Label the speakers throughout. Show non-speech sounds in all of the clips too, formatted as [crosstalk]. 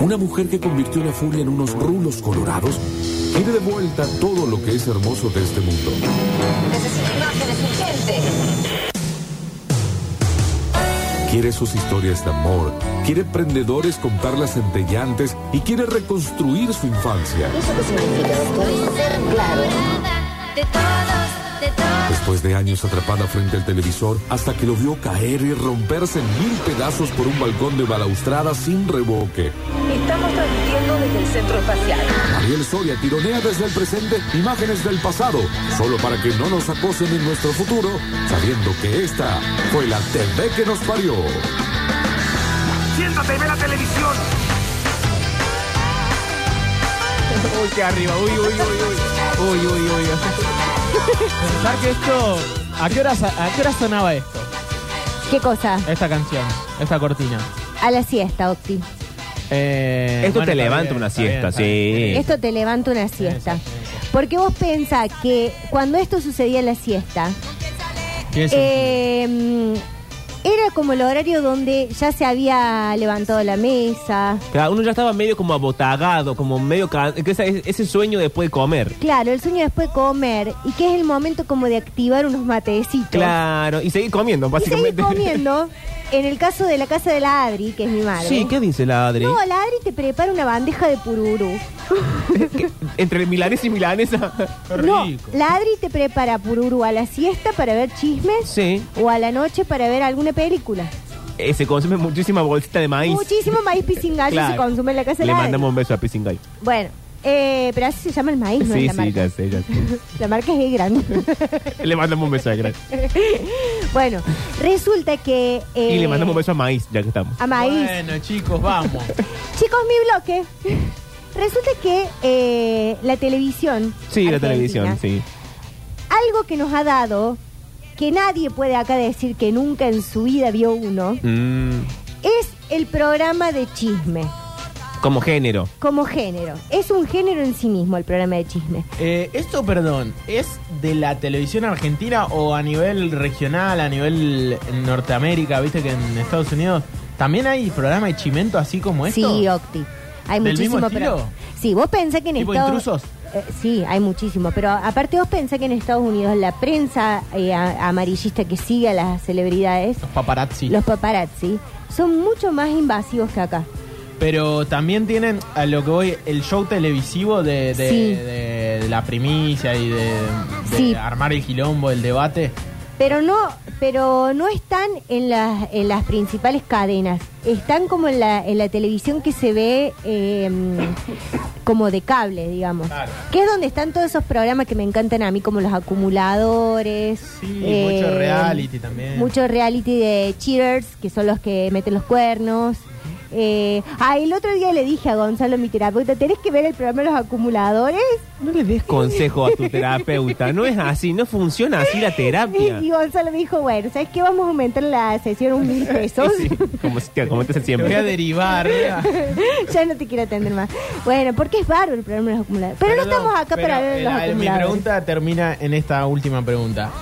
Speaker 1: Una mujer que convirtió la furia en unos rulos colorados quiere de vuelta todo lo que es hermoso de este mundo.
Speaker 2: Necesito imágenes urgente.
Speaker 1: Quiere sus historias de amor, quiere emprendedores con perlas centellantes y quiere reconstruir su infancia.
Speaker 2: ¿Eso qué significa? Estoy ser claro.
Speaker 3: de todos, de todos.
Speaker 1: Después de años atrapada frente al televisor, hasta que lo vio caer y romperse en mil pedazos por un balcón de balaustrada sin revoque.
Speaker 4: Estamos transmitiendo desde el centro espacial.
Speaker 1: Ariel Soria tironea desde el presente imágenes del pasado, solo para que no nos acosen en nuestro futuro, sabiendo que esta fue la TV que nos parió.
Speaker 5: Siéntate y ve la televisión.
Speaker 6: Uy, qué arriba. Uy, uy, uy, uy. Uy, uy, uy. Pensar que esto. ¿A qué, hora, ¿A qué hora sonaba esto?
Speaker 7: ¿Qué cosa?
Speaker 6: Esta canción, esta cortina.
Speaker 7: A la siesta, Octi.
Speaker 6: Eh,
Speaker 8: Esto
Speaker 6: bueno,
Speaker 8: te
Speaker 6: está
Speaker 8: levanta
Speaker 6: bien,
Speaker 8: una
Speaker 6: está bien,
Speaker 8: siesta,
Speaker 6: está bien.
Speaker 7: Esto te levanta una siesta. Porque vos pensás que cuando esto sucedía en la siesta,
Speaker 6: Tiene sentido.
Speaker 7: eh, era como el horario donde ya se había levantado la mesa.
Speaker 8: Claro, uno ya estaba medio como abotagado, como medio... ca- que Ese, ese sueño después de comer.
Speaker 7: Claro, el sueño después de comer y que es el momento como de activar unos matecitos.
Speaker 8: Claro, y seguir comiendo,
Speaker 7: Y seguir
Speaker 8: básicamente.
Speaker 7: comiendo. En el caso de la casa de la Adri, que es mi madre.
Speaker 8: [laughs] Sí, ¿qué dice la Adri?
Speaker 7: No, la Adri te prepara una bandeja de pururú.
Speaker 8: Entre milanesa y milanesa.
Speaker 6: Qué
Speaker 7: No,
Speaker 6: rico.
Speaker 7: la Adri te prepara pururú a la siesta para ver chismes
Speaker 8: Sí.
Speaker 7: o a la noche para ver alguna película.
Speaker 8: Eh, se consume muchísima bolsita de maíz.
Speaker 7: Muchísimo maíz pisingallo
Speaker 8: Claro.
Speaker 7: se consume en la casa de
Speaker 8: Le
Speaker 7: la
Speaker 8: mandamos un beso a Pisingay.
Speaker 7: Adri. Bueno, eh, pero así se llama el maíz, no es
Speaker 8: Sí,
Speaker 7: la
Speaker 8: sí,
Speaker 7: marca.
Speaker 8: ya sé, ya sé.
Speaker 7: [laughs] La marca es grande.
Speaker 8: [laughs]
Speaker 7: [laughs]
Speaker 8: Le mandamos un beso a Gran.
Speaker 7: bueno, resulta que... eh,
Speaker 8: Y le mandamos un beso a Maíz, ya que estamos.
Speaker 7: A maíz.
Speaker 6: Bueno, chicos, vamos.
Speaker 7: Chicos, mi bloque. [laughs] Resulta que eh, la televisión...
Speaker 8: Sí, la
Speaker 7: argentina,
Speaker 8: televisión, sí.
Speaker 7: Algo que nos ha dado, que nadie puede acá decir que nunca en su vida vio uno,
Speaker 8: Mm,
Speaker 7: es el programa de chisme,
Speaker 8: como género.
Speaker 7: como género. Es un género en sí mismo el programa de chisme.
Speaker 6: Eh, esto, perdón, ¿es de la televisión argentina o a nivel regional, a nivel Norteamérica? Viste que en Estados Unidos también hay programa de chimento así como esto.
Speaker 7: Sí, Octi. Hay
Speaker 6: ¿Del
Speaker 7: muchísimo
Speaker 6: mismo estilo?
Speaker 7: pero- Sí, vos pensás que en
Speaker 6: ¿Tipo
Speaker 7: Estados
Speaker 6: intrusos?
Speaker 7: Eh, sí, hay muchísimo, pero aparte vos pensás que en Estados Unidos la prensa eh, a- amarillista que sigue a las celebridades,
Speaker 6: Los paparazzi.
Speaker 7: los paparazzi, son mucho más invasivos que acá.
Speaker 6: Pero también tienen a lo que voy, el show televisivo de, de-
Speaker 7: Sí.
Speaker 6: de- de la primicia y de, de
Speaker 7: Sí.
Speaker 6: armar el quilombo, el debate.
Speaker 7: Pero no, pero no están en las, en las principales cadenas, están como en la, en la televisión que se ve eh, como de cable, digamos.
Speaker 6: Claro.
Speaker 7: Que es donde están todos esos programas que me encantan a mí, como los acumuladores. em,
Speaker 6: Sí, mucho reality también.
Speaker 7: Mucho reality de cheaters, que son los que meten los cuernos. Eh, ah, el otro día le dije a Gonzalo, mi terapeuta, tenés que ver el programa de los acumuladores.
Speaker 8: No le des consejo a tu terapeuta. No es así, no funciona así la terapia.
Speaker 7: Y Gonzalo me dijo, bueno, ¿sabes qué? Vamos a aumentar la sesión un
Speaker 8: [laughs]
Speaker 7: mil pesos.
Speaker 8: Sí, como, si- como te hace
Speaker 6: Te voy a
Speaker 8: siempre.
Speaker 6: derivar. ¿verdad?
Speaker 7: [laughs] ya no te quiero atender más. Bueno, porque es bárbaro el programa de los acumuladores. Pero no
Speaker 6: Perdón,
Speaker 7: estamos acá para
Speaker 6: pero,
Speaker 7: hablar de los
Speaker 6: eh, la- Mi
Speaker 7: acumuladores.
Speaker 6: pregunta termina en esta última pregunta.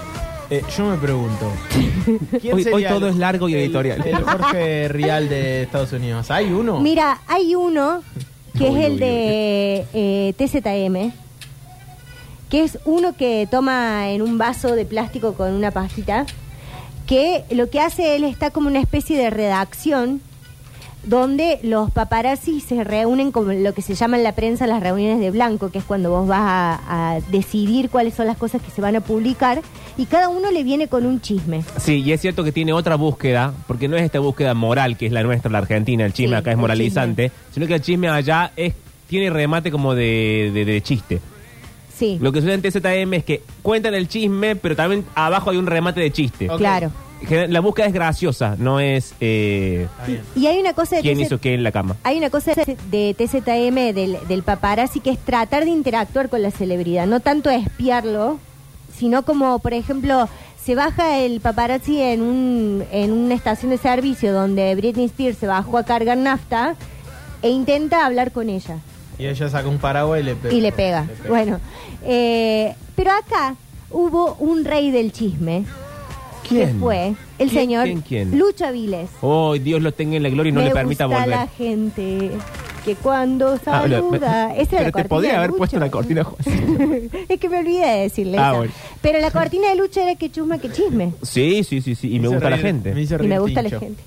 Speaker 6: Eh, yo me pregunto.
Speaker 8: [laughs]
Speaker 6: ¿quién
Speaker 8: Hoy-
Speaker 6: sería
Speaker 8: hoy todo
Speaker 6: el-
Speaker 8: es largo y
Speaker 6: el-
Speaker 8: editorial. [laughs]
Speaker 6: El, Jorge Rial de Estados Unidos. ¿Hay uno?
Speaker 7: Mira, hay uno que
Speaker 8: Oh. Uy,
Speaker 7: es el
Speaker 8: uy,
Speaker 7: de eh, TZM, que es uno que toma en un vaso de plástico con una pajita, que lo que hace él está como una especie de redacción donde los paparazzi se reúnen con lo que se llama en la prensa las reuniones de blanco, que es cuando vos vas a, a decidir cuáles son las cosas que se van a publicar, y cada uno le viene con un chisme.
Speaker 8: Sí, y es cierto que tiene otra búsqueda, porque no es esta búsqueda moral que es la nuestra, la argentina. El chisme
Speaker 7: Sí,
Speaker 8: acá es
Speaker 7: el
Speaker 8: moralizante, sino que el chisme allá es tiene remate como de, de- de chiste.
Speaker 7: Sí,
Speaker 8: Lo que sucede en TZM es que cuentan el chisme, pero también abajo hay un remate de chiste.
Speaker 6: Ok.
Speaker 7: claro.
Speaker 8: Gen- La búsqueda es graciosa, no es eh,
Speaker 6: Está bien.
Speaker 7: Y hay una cosa de
Speaker 8: quién
Speaker 7: TZ
Speaker 8: hizo qué en la cama.
Speaker 7: Hay una cosa de TZM del, del paparazzi que es tratar de interactuar con la celebridad, no tanto espiarlo, sino como, por ejemplo, se baja el paparazzi en, un, en una estación de servicio donde Britney Spears se bajó a cargar nafta e intenta hablar con ella
Speaker 6: Y ella saca un paraguas y le pega.
Speaker 7: y le pega.
Speaker 8: Ah,
Speaker 7: Bueno, eh, pero acá hubo un rey del chisme, que fue el
Speaker 8: ¿Quién,
Speaker 7: señor
Speaker 8: quién, quién?
Speaker 7: Lucho Aviles.
Speaker 8: Oh, Dios lo tenga en la gloria y no
Speaker 7: Me
Speaker 8: le permita
Speaker 7: gusta
Speaker 8: volver.
Speaker 7: la gente. que cuando
Speaker 8: Ah,
Speaker 7: saluda... Esa era
Speaker 8: pero
Speaker 7: la
Speaker 8: te
Speaker 7: cortina
Speaker 8: podría
Speaker 7: de
Speaker 8: haber
Speaker 7: Lucho.
Speaker 8: puesto una cortina, José.
Speaker 7: [laughs] es que me olvidé de decirle
Speaker 8: Ah,
Speaker 7: esa.
Speaker 8: bueno.
Speaker 7: Pero la cortina de lucha era que chusma, que chisme.
Speaker 8: Sí, sí, sí, sí. Y me
Speaker 6: hizo
Speaker 8: gusta la
Speaker 6: reír-
Speaker 8: gente.
Speaker 6: hizo
Speaker 7: Y
Speaker 6: reír
Speaker 7: me gusta la
Speaker 6: Tincho.
Speaker 7: gente.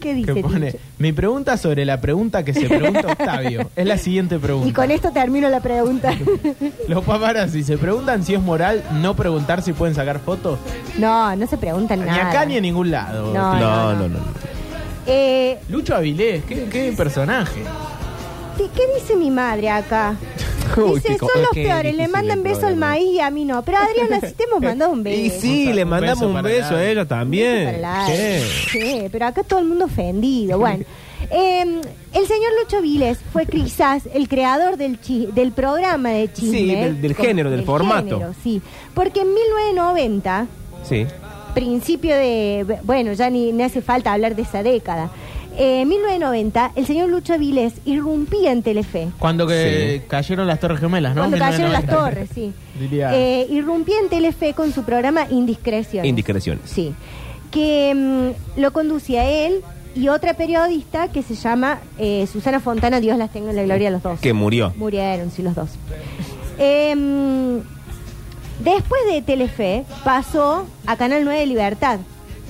Speaker 7: [laughs] ¿Qué dice?
Speaker 6: que pone,
Speaker 7: Tincho?
Speaker 6: [laughs] mi pregunta sobre la pregunta que se
Speaker 7: [laughs]
Speaker 6: pregunta Octavio es la siguiente pregunta.
Speaker 7: Y con esto termino la pregunta. [laughs]
Speaker 6: Los paparazzi se preguntan si es moral no preguntar si pueden sacar fotos.
Speaker 7: no, no se preguntan
Speaker 6: Ni
Speaker 7: nada.
Speaker 6: acá ni en ningún lado.
Speaker 7: No,
Speaker 8: No, no, no. no.
Speaker 7: Eh,
Speaker 6: Lucho Avilés, qué, qué personaje.
Speaker 7: ¿qué, qué dice mi madre acá?
Speaker 8: [laughs] Uy,
Speaker 7: Dice,
Speaker 8: qué co-
Speaker 7: son los
Speaker 8: qué
Speaker 7: peores, le
Speaker 8: difícil
Speaker 7: mandan
Speaker 8: el
Speaker 7: beso al
Speaker 8: programa.
Speaker 7: maíz y a mí no. Pero Adriana, si te hemos mandado un beso.
Speaker 8: [laughs] Y sí, le
Speaker 6: Un
Speaker 8: mandamos
Speaker 6: beso
Speaker 8: un
Speaker 6: para
Speaker 8: beso a
Speaker 6: nadie.
Speaker 8: ella también.
Speaker 7: Para la-
Speaker 8: Sí.
Speaker 7: Sí, pero acá todo el mundo ofendido.
Speaker 8: [laughs]
Speaker 7: Bueno, Eh, el señor Lucho Viles fue quizás el creador del, chi- del programa de chisme.
Speaker 8: Sí, del- del
Speaker 7: Como-
Speaker 8: género, del formato.
Speaker 7: género, sí, porque en 1990,
Speaker 8: Sí.
Speaker 7: principio de. Bueno, ya ni, ni hace falta hablar de esa década. Eh, En 1990, el señor Lucho Viles irrumpía en Telefe.
Speaker 6: Cuando que cayeron las Torres
Speaker 8: Ah,
Speaker 6: Gemelas, ¿no?
Speaker 7: Cuando cayeron las
Speaker 6: 1990.
Speaker 7: torres, sí.
Speaker 6: Diría.
Speaker 7: Eh, irrumpía en Telefe con su programa Indiscreciones.
Speaker 8: Indiscreciones.
Speaker 7: Sí. Que mm, lo conducía él y otra periodista que se llama eh, Susana Fontana, Dios las tenga en la gloria a los dos.
Speaker 8: Que murió.
Speaker 7: Murieron, sí, los dos. Em, después de Telefe pasó a Canal 9 de Libertad,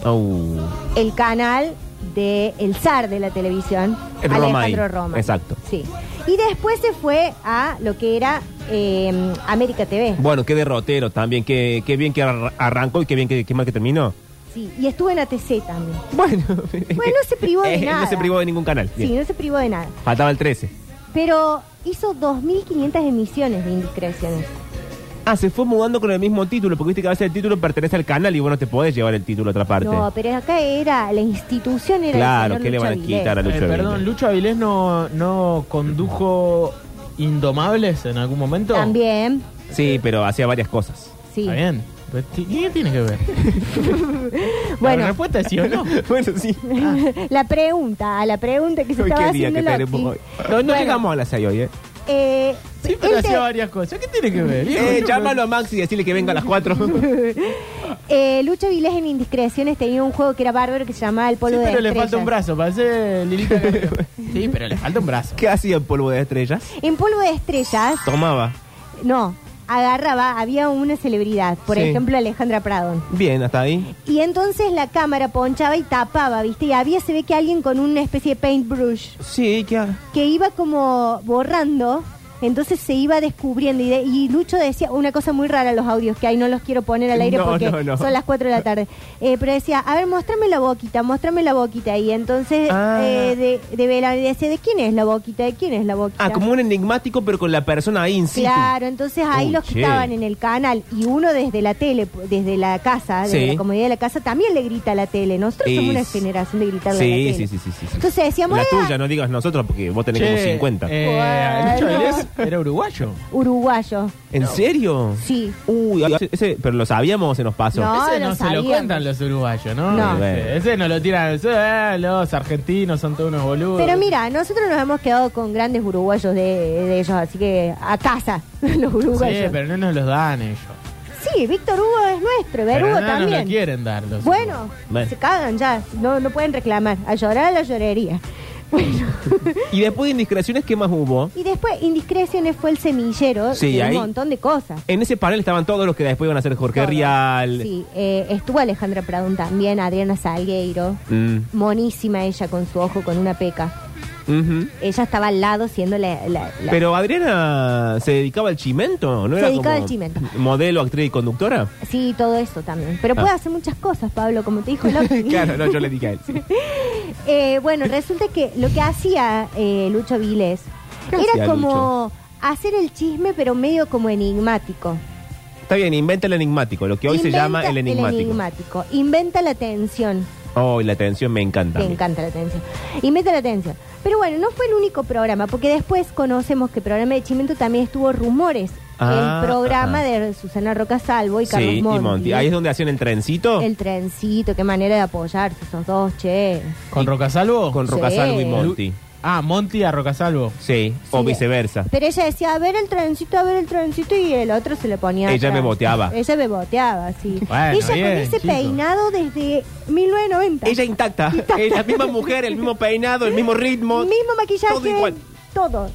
Speaker 8: Au.
Speaker 7: el canal de el zar de la televisión,
Speaker 8: El Romay.
Speaker 7: Alejandro Roma.
Speaker 8: Exacto.
Speaker 7: Sí. Y después se fue a lo que era em, América TV.
Speaker 8: Bueno, qué derrotero también. Qué, qué bien que ar- arrancó y qué bien que qué mal que terminó.
Speaker 7: Sí. Y estuvo en ATC también.
Speaker 8: Bueno,
Speaker 7: Bueno, no se privó de
Speaker 8: [laughs] Eh,
Speaker 7: nada.
Speaker 8: No se privó de ningún canal.
Speaker 7: Sí,
Speaker 8: Bien.
Speaker 7: no se privó de nada.
Speaker 8: Faltaba el 13.
Speaker 7: Pero hizo 2.500 emisiones de indiscreciones.
Speaker 8: Ah, se fue mudando con el mismo título, porque viste que a veces el título pertenece al canal y vos no te podés llevar el título a otra parte.
Speaker 7: No, pero acá era, la institución era
Speaker 8: claro,
Speaker 7: el señor
Speaker 8: ¿qué le
Speaker 7: Lucho
Speaker 8: van a
Speaker 7: Avilés.
Speaker 8: quitar a Lucho
Speaker 6: Eh,
Speaker 8: Avilés?
Speaker 6: perdón, Lucho Avilés no, no condujo Indomables en algún momento.
Speaker 7: También,
Speaker 8: Sí, pero hacía varias cosas.
Speaker 7: sí.
Speaker 6: Está bien. Pero ti- ¿Qué tiene
Speaker 7: [laughs]
Speaker 6: que ver? La
Speaker 7: Bueno,
Speaker 6: respuesta es
Speaker 7: [laughs]
Speaker 6: sí o no.
Speaker 8: [laughs] bueno, sí.
Speaker 7: [laughs] la pregunta, a la pregunta que se
Speaker 8: Hoy
Speaker 7: estaba
Speaker 8: qué día
Speaker 7: haciendo
Speaker 8: que
Speaker 7: Loki,
Speaker 8: tenemos hoy. No, no
Speaker 7: Bueno.
Speaker 8: llegamos a las 6 hoy, ¿eh?
Speaker 7: eh,
Speaker 6: Sí, pero
Speaker 7: él te-
Speaker 6: hacía varias cosas. ¿Qué tiene que ver?
Speaker 8: Eh, llámalo a Maxi y decirle que venga a
Speaker 7: [laughs]
Speaker 8: las 4.
Speaker 7: eh, Lucho Avilés en Indiscreciones tenía un juego que era bárbaro que se llamaba El Polvo
Speaker 6: sí,
Speaker 7: de
Speaker 6: pero le
Speaker 7: Estrellas.
Speaker 6: falta un brazo para
Speaker 7: [laughs]
Speaker 6: hacer Lilita Carrió. Sí, pero le falta un brazo.
Speaker 8: ¿Qué hacía en polvo de estrellas?
Speaker 7: En Polvo de Estrellas,
Speaker 8: Tomaba.
Speaker 7: no, agarraba, había una celebridad, por
Speaker 8: Sí.
Speaker 7: ejemplo Alejandra Pradón.
Speaker 8: Bien, hasta ahí.
Speaker 7: Y entonces la cámara ponchaba y tapaba, ¿viste? Y había, se ve que alguien con una especie de paintbrush
Speaker 8: Sí, ¿qué ha-
Speaker 7: que iba como borrando, entonces se iba descubriendo. Y, de- y Lucho decía una cosa muy rara los audios que ahí no los quiero poner al aire
Speaker 8: No,
Speaker 7: porque
Speaker 8: no, no.
Speaker 7: son las 4 de la tarde. Eh, pero decía, a ver, mostrame la boquita, mostrame la boquita. Y entonces
Speaker 8: Ah.
Speaker 7: eh, de, de velar y decía, ¿de quién es la boquita? ¿De quién es la boquita?
Speaker 8: Ah, como un enigmático, pero con la persona ahí in situ.
Speaker 7: Claro, entonces ahí
Speaker 8: Uy,
Speaker 7: los que
Speaker 8: che.
Speaker 7: estaban en el canal y uno desde la tele, desde la casa, desde
Speaker 8: Sí.
Speaker 7: la comodidad de la casa, también le grita a la tele. Nosotros
Speaker 8: Sí,
Speaker 7: somos una
Speaker 8: sí.
Speaker 7: generación de gritarle a la
Speaker 8: Sí,
Speaker 7: tele.
Speaker 8: sí, sí, sí, sí, sí.
Speaker 7: Entonces decíamos,
Speaker 8: La
Speaker 7: "Ah,
Speaker 8: tuya, no digas nosotros, porque vos tenés como
Speaker 6: Che,
Speaker 8: 50.
Speaker 6: Eh, Lucho
Speaker 7: Bueno.
Speaker 6: Avilés era uruguayo.
Speaker 7: uruguayo.
Speaker 8: ¿En serio?
Speaker 7: Sí.
Speaker 8: Uy, ese- ese- pero lo sabíamos, se nos pasó.
Speaker 7: No.
Speaker 6: Ese
Speaker 7: lo
Speaker 6: no se lo
Speaker 7: sabíamos.
Speaker 6: cuentan los uruguayos, ¿no?
Speaker 7: No.
Speaker 6: Ese, ese no lo tiran. ese, eh, los argentinos son todos unos boludos.
Speaker 7: Pero mira, nosotros nos hemos quedado con grandes uruguayos de, de ellos, así que a casa, [laughs] los
Speaker 6: Sí,
Speaker 7: uruguayos. Sí,
Speaker 6: pero no nos los dan ellos.
Speaker 7: Víctor Hugo es nuestro, y
Speaker 6: Pero
Speaker 7: Berugo
Speaker 6: no nos lo
Speaker 7: también.
Speaker 6: quieren dar. los
Speaker 7: bueno,
Speaker 8: Bueno.
Speaker 7: se cagan ya, no, no pueden reclamar. A llorar a la llorería. [laughs] Bueno.
Speaker 8: Y después de indiscreciones, ¿qué más hubo?
Speaker 7: Y después, Indiscreciones fue el semillero
Speaker 8: Sí,
Speaker 7: de
Speaker 8: ahí-
Speaker 7: un montón de cosas.
Speaker 8: En ese panel estaban todos los que después iban a ser Jorge
Speaker 7: Todo.
Speaker 8: Rial.
Speaker 7: Sí, eh, estuvo Alejandra Pradón también, Adriana Salgueiro.
Speaker 8: Mm.
Speaker 7: Monísima ella con su ojo, con una peca.
Speaker 8: Ujú.
Speaker 7: Ella estaba al lado siendo la... la- la-
Speaker 8: Pero Adriana se dedicaba al chimento, ¿no?
Speaker 7: Se
Speaker 8: era
Speaker 7: dedicaba
Speaker 8: como
Speaker 7: al chimento.
Speaker 8: Modelo, actriz
Speaker 7: [laughs]
Speaker 8: y conductora.
Speaker 7: Sí, todo eso también. Pero puede
Speaker 8: Ah.
Speaker 7: hacer muchas cosas, Pablo, como te
Speaker 8: [laughs]
Speaker 7: dijo Loki.
Speaker 8: claro, no, yo le dije a él. sí.
Speaker 7: Eh, bueno, resulta que lo que hacía eh, Lucho Viles
Speaker 8: ¿Qué
Speaker 7: era
Speaker 8: hacía
Speaker 7: como hacer el chisme, pero medio como enigmático.
Speaker 8: Está bien, inventa el enigmático, lo que hoy se
Speaker 7: Inventa
Speaker 8: llama el enigmático.
Speaker 7: enigmático. Inventa la tensión.
Speaker 8: Oh, y la tensión me encanta. a
Speaker 7: Me
Speaker 8: mí.
Speaker 7: encanta la atención. Y mete la atención. Pero bueno, no fue el único programa, porque después conocemos que el programa de Chimento también estuvo Rumores.
Speaker 8: Ah,
Speaker 7: el programa
Speaker 8: ah.
Speaker 7: de Susana Roca Salvo y Carlos
Speaker 8: Sí, y
Speaker 7: Monti.
Speaker 8: Monti. Ahí es donde hacían el trencito
Speaker 7: El trencito, qué manera de apoyarse esos dos, che.
Speaker 6: uruguayos. ¿Con Rocasalvo?
Speaker 8: con
Speaker 7: Sí.
Speaker 8: Rocasalvo y Monti.
Speaker 6: Ah, Monti a Rocasalvo.
Speaker 8: Sí, o
Speaker 7: Sí.
Speaker 8: viceversa.
Speaker 7: Pero ella decía, a ver el trencito, a ver el trencito, y el otro se le ponía.
Speaker 8: Ella
Speaker 7: atrás.
Speaker 8: me boteaba.
Speaker 7: Ella me boteaba, sí.
Speaker 6: Bueno,
Speaker 7: ella con
Speaker 6: bien,
Speaker 7: ese
Speaker 6: chico.
Speaker 7: peinado desde 1990.
Speaker 8: Ella intacta, es la misma mujer, el mismo peinado, el mismo ritmo.
Speaker 7: Mismo maquillaje.
Speaker 8: Todo igual.
Speaker 7: todo.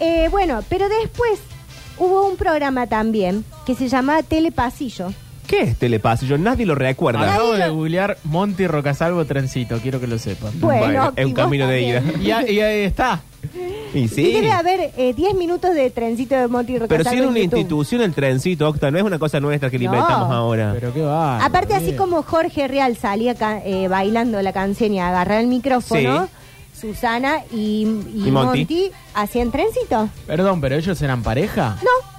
Speaker 7: Eh, bueno, pero después hubo un programa también que se llamaba Telepasillo.
Speaker 8: ¿Qué es telepasillo? Nadie lo recuerda.
Speaker 6: Acabo de googlear Monty Rocasalvo Trencito, quiero que lo sepan.
Speaker 7: Bueno,
Speaker 8: es
Speaker 7: y
Speaker 8: un
Speaker 7: vos
Speaker 8: camino de ida.
Speaker 7: también.
Speaker 6: Y, a- y ahí está.
Speaker 8: Y
Speaker 7: Y
Speaker 8: sí.
Speaker 7: debe haber eh, 10 minutos de trencito de Monty
Speaker 8: Pero
Speaker 7: Rocasalvo
Speaker 8: si era
Speaker 7: en
Speaker 8: una
Speaker 7: YouTube.
Speaker 8: institución el trencito, Octa, no es una cosa nuestra que le
Speaker 7: No.
Speaker 8: inventamos ahora.
Speaker 6: Pero qué va.
Speaker 7: Aparte, así como Jorge Real salía ca- eh, bailando la canción y agarraba el micrófono, Susana y, y
Speaker 8: Y Monty.
Speaker 7: Monty hacían trencito.
Speaker 6: Perdón, pero ellos eran pareja.
Speaker 7: No.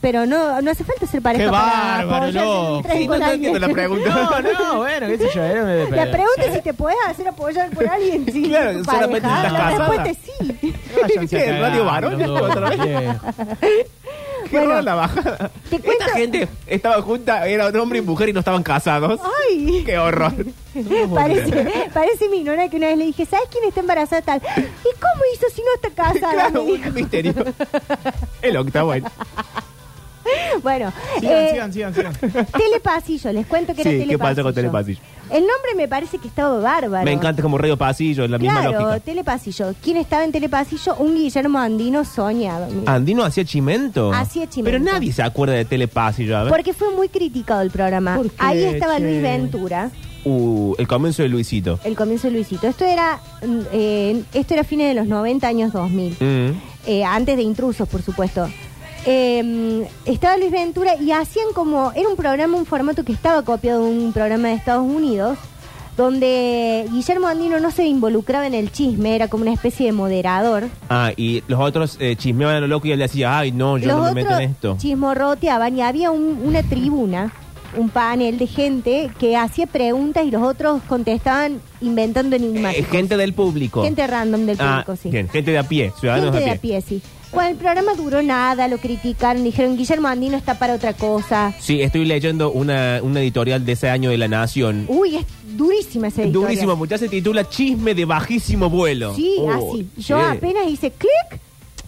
Speaker 7: Pero no, no hace falta ser pareja
Speaker 6: ¡Qué
Speaker 7: para
Speaker 6: bárbaro,
Speaker 7: apoyarse en
Speaker 6: loco!
Speaker 7: un tren
Speaker 8: Sí, no,
Speaker 7: con
Speaker 8: no
Speaker 7: alguien.
Speaker 8: entiendo la pregunta.
Speaker 6: [laughs]
Speaker 7: [laughs]
Speaker 6: No, no, bueno, qué sé yo. Era de
Speaker 7: La pregunta es si te puedes hacer apoyar por
Speaker 8: [laughs]
Speaker 7: alguien. Sí,
Speaker 8: Claro, solamente estás
Speaker 7: La
Speaker 8: casada.
Speaker 7: respuesta es sí.
Speaker 6: Váyanse a
Speaker 8: ¿Qué,
Speaker 6: cagar,
Speaker 8: radio varón?
Speaker 6: los dos,
Speaker 8: ¿Otra vez?
Speaker 6: bien.
Speaker 8: [laughs] Qué rara la bajada.
Speaker 7: te cuento-
Speaker 8: Esta gente estaba junta, era un hombre y mujer y no estaban casados.
Speaker 7: Ay.
Speaker 8: Qué horror.
Speaker 7: [laughs] Parece, parece mi nona que una vez le dije, ¿sabes quién está embarazada tal? ¿Y cómo hizo si no está casada?
Speaker 8: [laughs] claro,
Speaker 7: me
Speaker 8: un
Speaker 7: dijo. [laughs]
Speaker 8: misterio. El Octa, bueno.
Speaker 7: Bueno, eh,
Speaker 8: [laughs]
Speaker 6: Sigan, sigan, sigan, sigan.
Speaker 7: Telepasillo, les cuento que era
Speaker 8: Sí,
Speaker 7: Telepasillo.
Speaker 8: ¿qué pasa con Telepasillo?
Speaker 7: El nombre me parece que estaba bárbaro.
Speaker 8: Me encanta como Radio Pasillo, es la misma
Speaker 7: Claro,
Speaker 8: lógica.
Speaker 7: Telepasillo. ¿Quién estaba en Telepasillo? Un Guillermo Andino soñado. mira.
Speaker 8: ¿Andino hacía chimento?
Speaker 7: Hacía chimento.
Speaker 8: Pero nadie se acuerda de Telepasillo, a ver.
Speaker 7: Porque fue muy criticado el programa.
Speaker 6: ¿Por qué,
Speaker 7: Ahí estaba
Speaker 6: che?
Speaker 7: Luis Ventura,
Speaker 8: Uh, el comienzo de Luisito.
Speaker 7: el comienzo de Luisito. Esto era, mm, eh, esto era fines de los 90, años 2000.
Speaker 8: Mm.
Speaker 7: Eh, antes de intrusos, por supuesto. Eh, estaba Luis Ventura y hacían como, era un programa, un formato que estaba copiado de un programa de Estados Unidos, donde Guillermo Andino no se involucraba en el chisme, era como una especie de moderador.
Speaker 8: Ah, y los otros eh, chismeaban a lo loco y él decía, ay, no, yo
Speaker 7: Los
Speaker 8: no me
Speaker 7: otros
Speaker 8: meto en esto.
Speaker 7: chismorroteaban y había un- una tribuna, un panel de gente que hacía preguntas y los otros contestaban inventando enigmas.
Speaker 8: Eh, gente del público.
Speaker 7: gente random del
Speaker 8: Ah,
Speaker 7: público, sí.
Speaker 8: bien, gente de a pie, ciudadanos
Speaker 7: Gente de a pie, sí. Bueno, el programa duró nada, lo criticaron, dijeron Guillermo Andino está para otra cosa.
Speaker 8: Sí, estoy leyendo una, una editorial de ese año de La Nación.
Speaker 7: Uy, es durísima esa editorial.
Speaker 8: Durísimo, muchacha, se titula Chisme de bajísimo vuelo.
Speaker 7: Sí,
Speaker 8: Oh,
Speaker 7: así. Yo
Speaker 8: che.
Speaker 7: apenas hice clic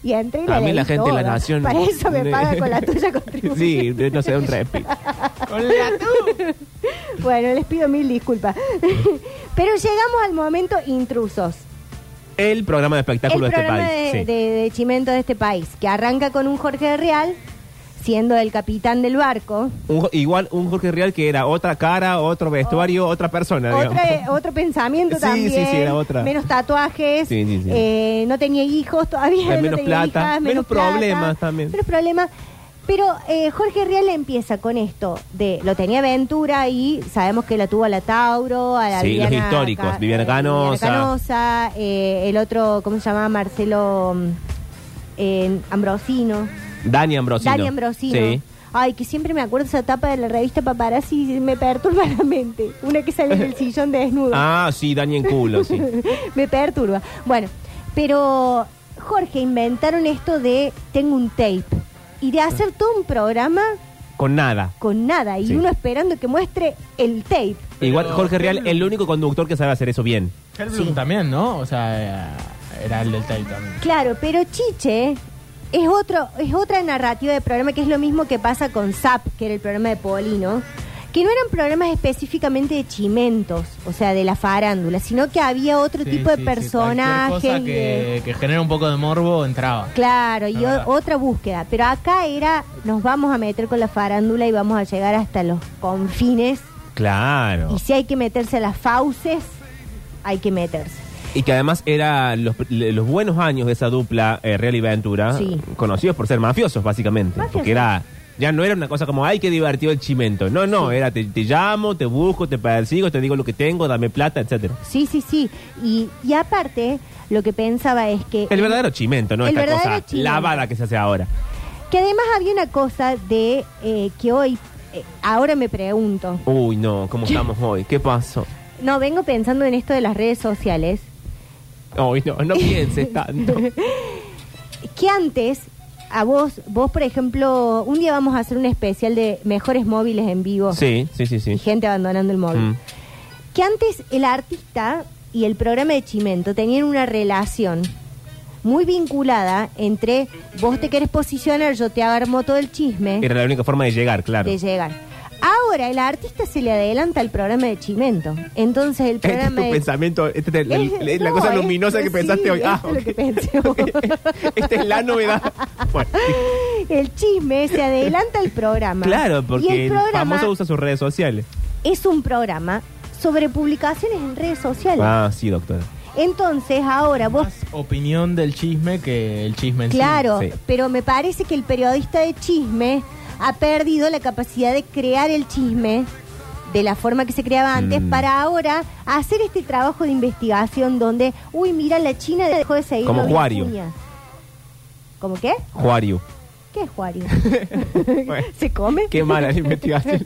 Speaker 7: y entré y la
Speaker 8: A mí la
Speaker 7: leí
Speaker 8: gente de La
Speaker 7: toda.
Speaker 8: Nación...
Speaker 7: Para eso me paga con la
Speaker 8: [laughs]
Speaker 7: tuya contribución.
Speaker 8: Sí, no sé, un respeto.
Speaker 7: Bueno, les pido mil
Speaker 8: [laughs]
Speaker 7: disculpas. Pero llegamos al momento intrusos.
Speaker 8: El programa de
Speaker 7: El
Speaker 8: espectáculo de este
Speaker 7: programa
Speaker 8: país.
Speaker 7: de,
Speaker 8: sí.
Speaker 7: de- de Chimento de este país, que arranca con un Jorge Real siendo el capitán del barco.
Speaker 8: Un jo- igual un Jorge Real que era otra cara, otro vestuario, otra persona, digamos.
Speaker 7: Oh. Otra- otro pensamiento
Speaker 8: Sí,
Speaker 7: también.
Speaker 8: sí, sí, era otra.
Speaker 7: Menos tatuajes.
Speaker 8: Sí, sí, sí.
Speaker 7: eh, no tenía hijos todavía.
Speaker 8: Eh,
Speaker 7: no
Speaker 8: menos
Speaker 7: tenía
Speaker 8: plata,
Speaker 7: hijas,
Speaker 8: menos
Speaker 7: plata,
Speaker 8: problemas también.
Speaker 7: Menos problemas. Pero eh, Jorge Real empieza con esto de lo tenía Ventura y sabemos que la tuvo a la Tauro, a la
Speaker 8: Sí, los
Speaker 7: Viviana
Speaker 8: históricos,
Speaker 7: Ca-
Speaker 8: Viviana
Speaker 7: eh, Viviana
Speaker 8: Canosa.
Speaker 7: Canosa, eh, el otro, ¿cómo se llamaba? Marcelo mm, eh, Ambrosino.
Speaker 8: Dani Ambrosino.
Speaker 7: Dani Ambrosino.
Speaker 8: Sí.
Speaker 7: Ay, que siempre me acuerdo esa tapa de la revista Paparazzi y me perturba la mente. Una que sale
Speaker 8: [laughs]
Speaker 7: del sillón desnudo.
Speaker 8: Ah, sí, Dani en culo, sí.
Speaker 7: [laughs] me perturba. Bueno, pero Jorge inventaron esto de tengo un tape y de hacer todo un programa
Speaker 8: Con nada.
Speaker 7: con nada y
Speaker 8: Sí.
Speaker 7: uno esperando que muestre el tape.
Speaker 8: Igual
Speaker 6: Pero-
Speaker 8: Jorge Real, el único conductor que sabe hacer eso bien.
Speaker 6: Hellblum también, ¿no? O sea, eh, era el del Tail también.
Speaker 7: Claro, pero Chiche es otro es otra narrativa de programa que es lo mismo que pasa con Zap, que era el programa de Polino, que no eran programas específicamente de chimentos, o sea, de la farándula, sino que había otro tipo de personajes.
Speaker 6: Cosa
Speaker 7: y
Speaker 6: que,
Speaker 7: de-
Speaker 6: que genera un poco de morbo entraba.
Speaker 7: Claro, y
Speaker 6: La
Speaker 7: o-
Speaker 6: verdad.
Speaker 7: otra búsqueda. Pero acá era, nos vamos a meter con la farándula y vamos a llegar hasta los confines.
Speaker 8: Claro.
Speaker 7: Y si hay que meterse a las fauces, hay que meterse.
Speaker 8: Y que además era los, los buenos años de esa dupla eh, Real y Ventura,
Speaker 7: Sí.
Speaker 8: conocidos por ser mafiosos, básicamente.
Speaker 7: Mafiosos.
Speaker 8: Porque era. Ya no era una cosa como, ay, qué divertido el chimento. No, no, era te, te llamo, te busco, te persigo, te digo lo que tengo, dame plata, etcétera.
Speaker 7: Sí, sí, sí. Y, y aparte, lo que pensaba es que...
Speaker 8: El verdadero chimento, ¿no?
Speaker 7: El
Speaker 8: Esta
Speaker 7: verdadero
Speaker 8: cosa
Speaker 7: chimento.
Speaker 8: lavada que se hace ahora.
Speaker 7: Que además había una cosa de eh, que hoy, eh, ahora me pregunto,
Speaker 8: Uy, no, ¿cómo estamos hoy? ¿Qué pasó?
Speaker 7: no, vengo pensando en esto de las redes sociales,
Speaker 8: Uy, no,
Speaker 7: [laughs]
Speaker 8: no pienses tanto.
Speaker 7: que antes, a vos, vos por ejemplo, un día vamos a hacer un especial de mejores móviles en vivo
Speaker 8: Sí, sí, sí,
Speaker 7: y
Speaker 8: sí.
Speaker 7: gente abandonando el móvil,
Speaker 8: Mm.
Speaker 7: que antes el artista y el programa de Chimento tenían una relación muy vinculada entre vos te querés posicionar, yo te armo todo el chisme.
Speaker 8: Era la única forma de llegar, claro.
Speaker 7: de llegar. Ahora, el artista se le adelanta al programa de Chimento. Entonces,
Speaker 8: [laughs]
Speaker 7: el
Speaker 8: Este es
Speaker 7: programa
Speaker 8: tu
Speaker 7: de
Speaker 8: pensamiento, esta es la,
Speaker 7: Es-
Speaker 8: la
Speaker 7: no,
Speaker 8: cosa luminosa
Speaker 7: esto
Speaker 8: que pensaste
Speaker 7: sí,
Speaker 8: hoy. Ah,
Speaker 7: esto es lo que pensé
Speaker 8: [laughs] ok.
Speaker 7: hoy.
Speaker 8: esta es la novedad. Bueno,
Speaker 7: El chisme se adelanta al programa.
Speaker 8: claro, porque
Speaker 7: Y el
Speaker 8: el,
Speaker 7: programa
Speaker 8: famoso usa sus redes sociales.
Speaker 7: es un programa sobre publicaciones en redes sociales.
Speaker 8: Ah, sí, doctora.
Speaker 7: Entonces, ahora vos...
Speaker 6: Más opinión del chisme que el chisme en sí.
Speaker 7: Claro,
Speaker 8: sí.
Speaker 7: pero me parece que el periodista de chisme ha perdido la capacidad de crear el chisme de la forma que se creaba antes
Speaker 8: Mm.
Speaker 7: para ahora hacer este trabajo de investigación donde, uy, mira, la China dejó de seguir.
Speaker 8: Como
Speaker 7: a
Speaker 8: Juario.
Speaker 7: Vicuña. ¿Cómo qué?
Speaker 8: Juario.
Speaker 7: ¿Qué es
Speaker 8: [laughs]
Speaker 7: Juario?
Speaker 8: Bueno,
Speaker 7: ¿Se come?
Speaker 8: qué mala la investigación.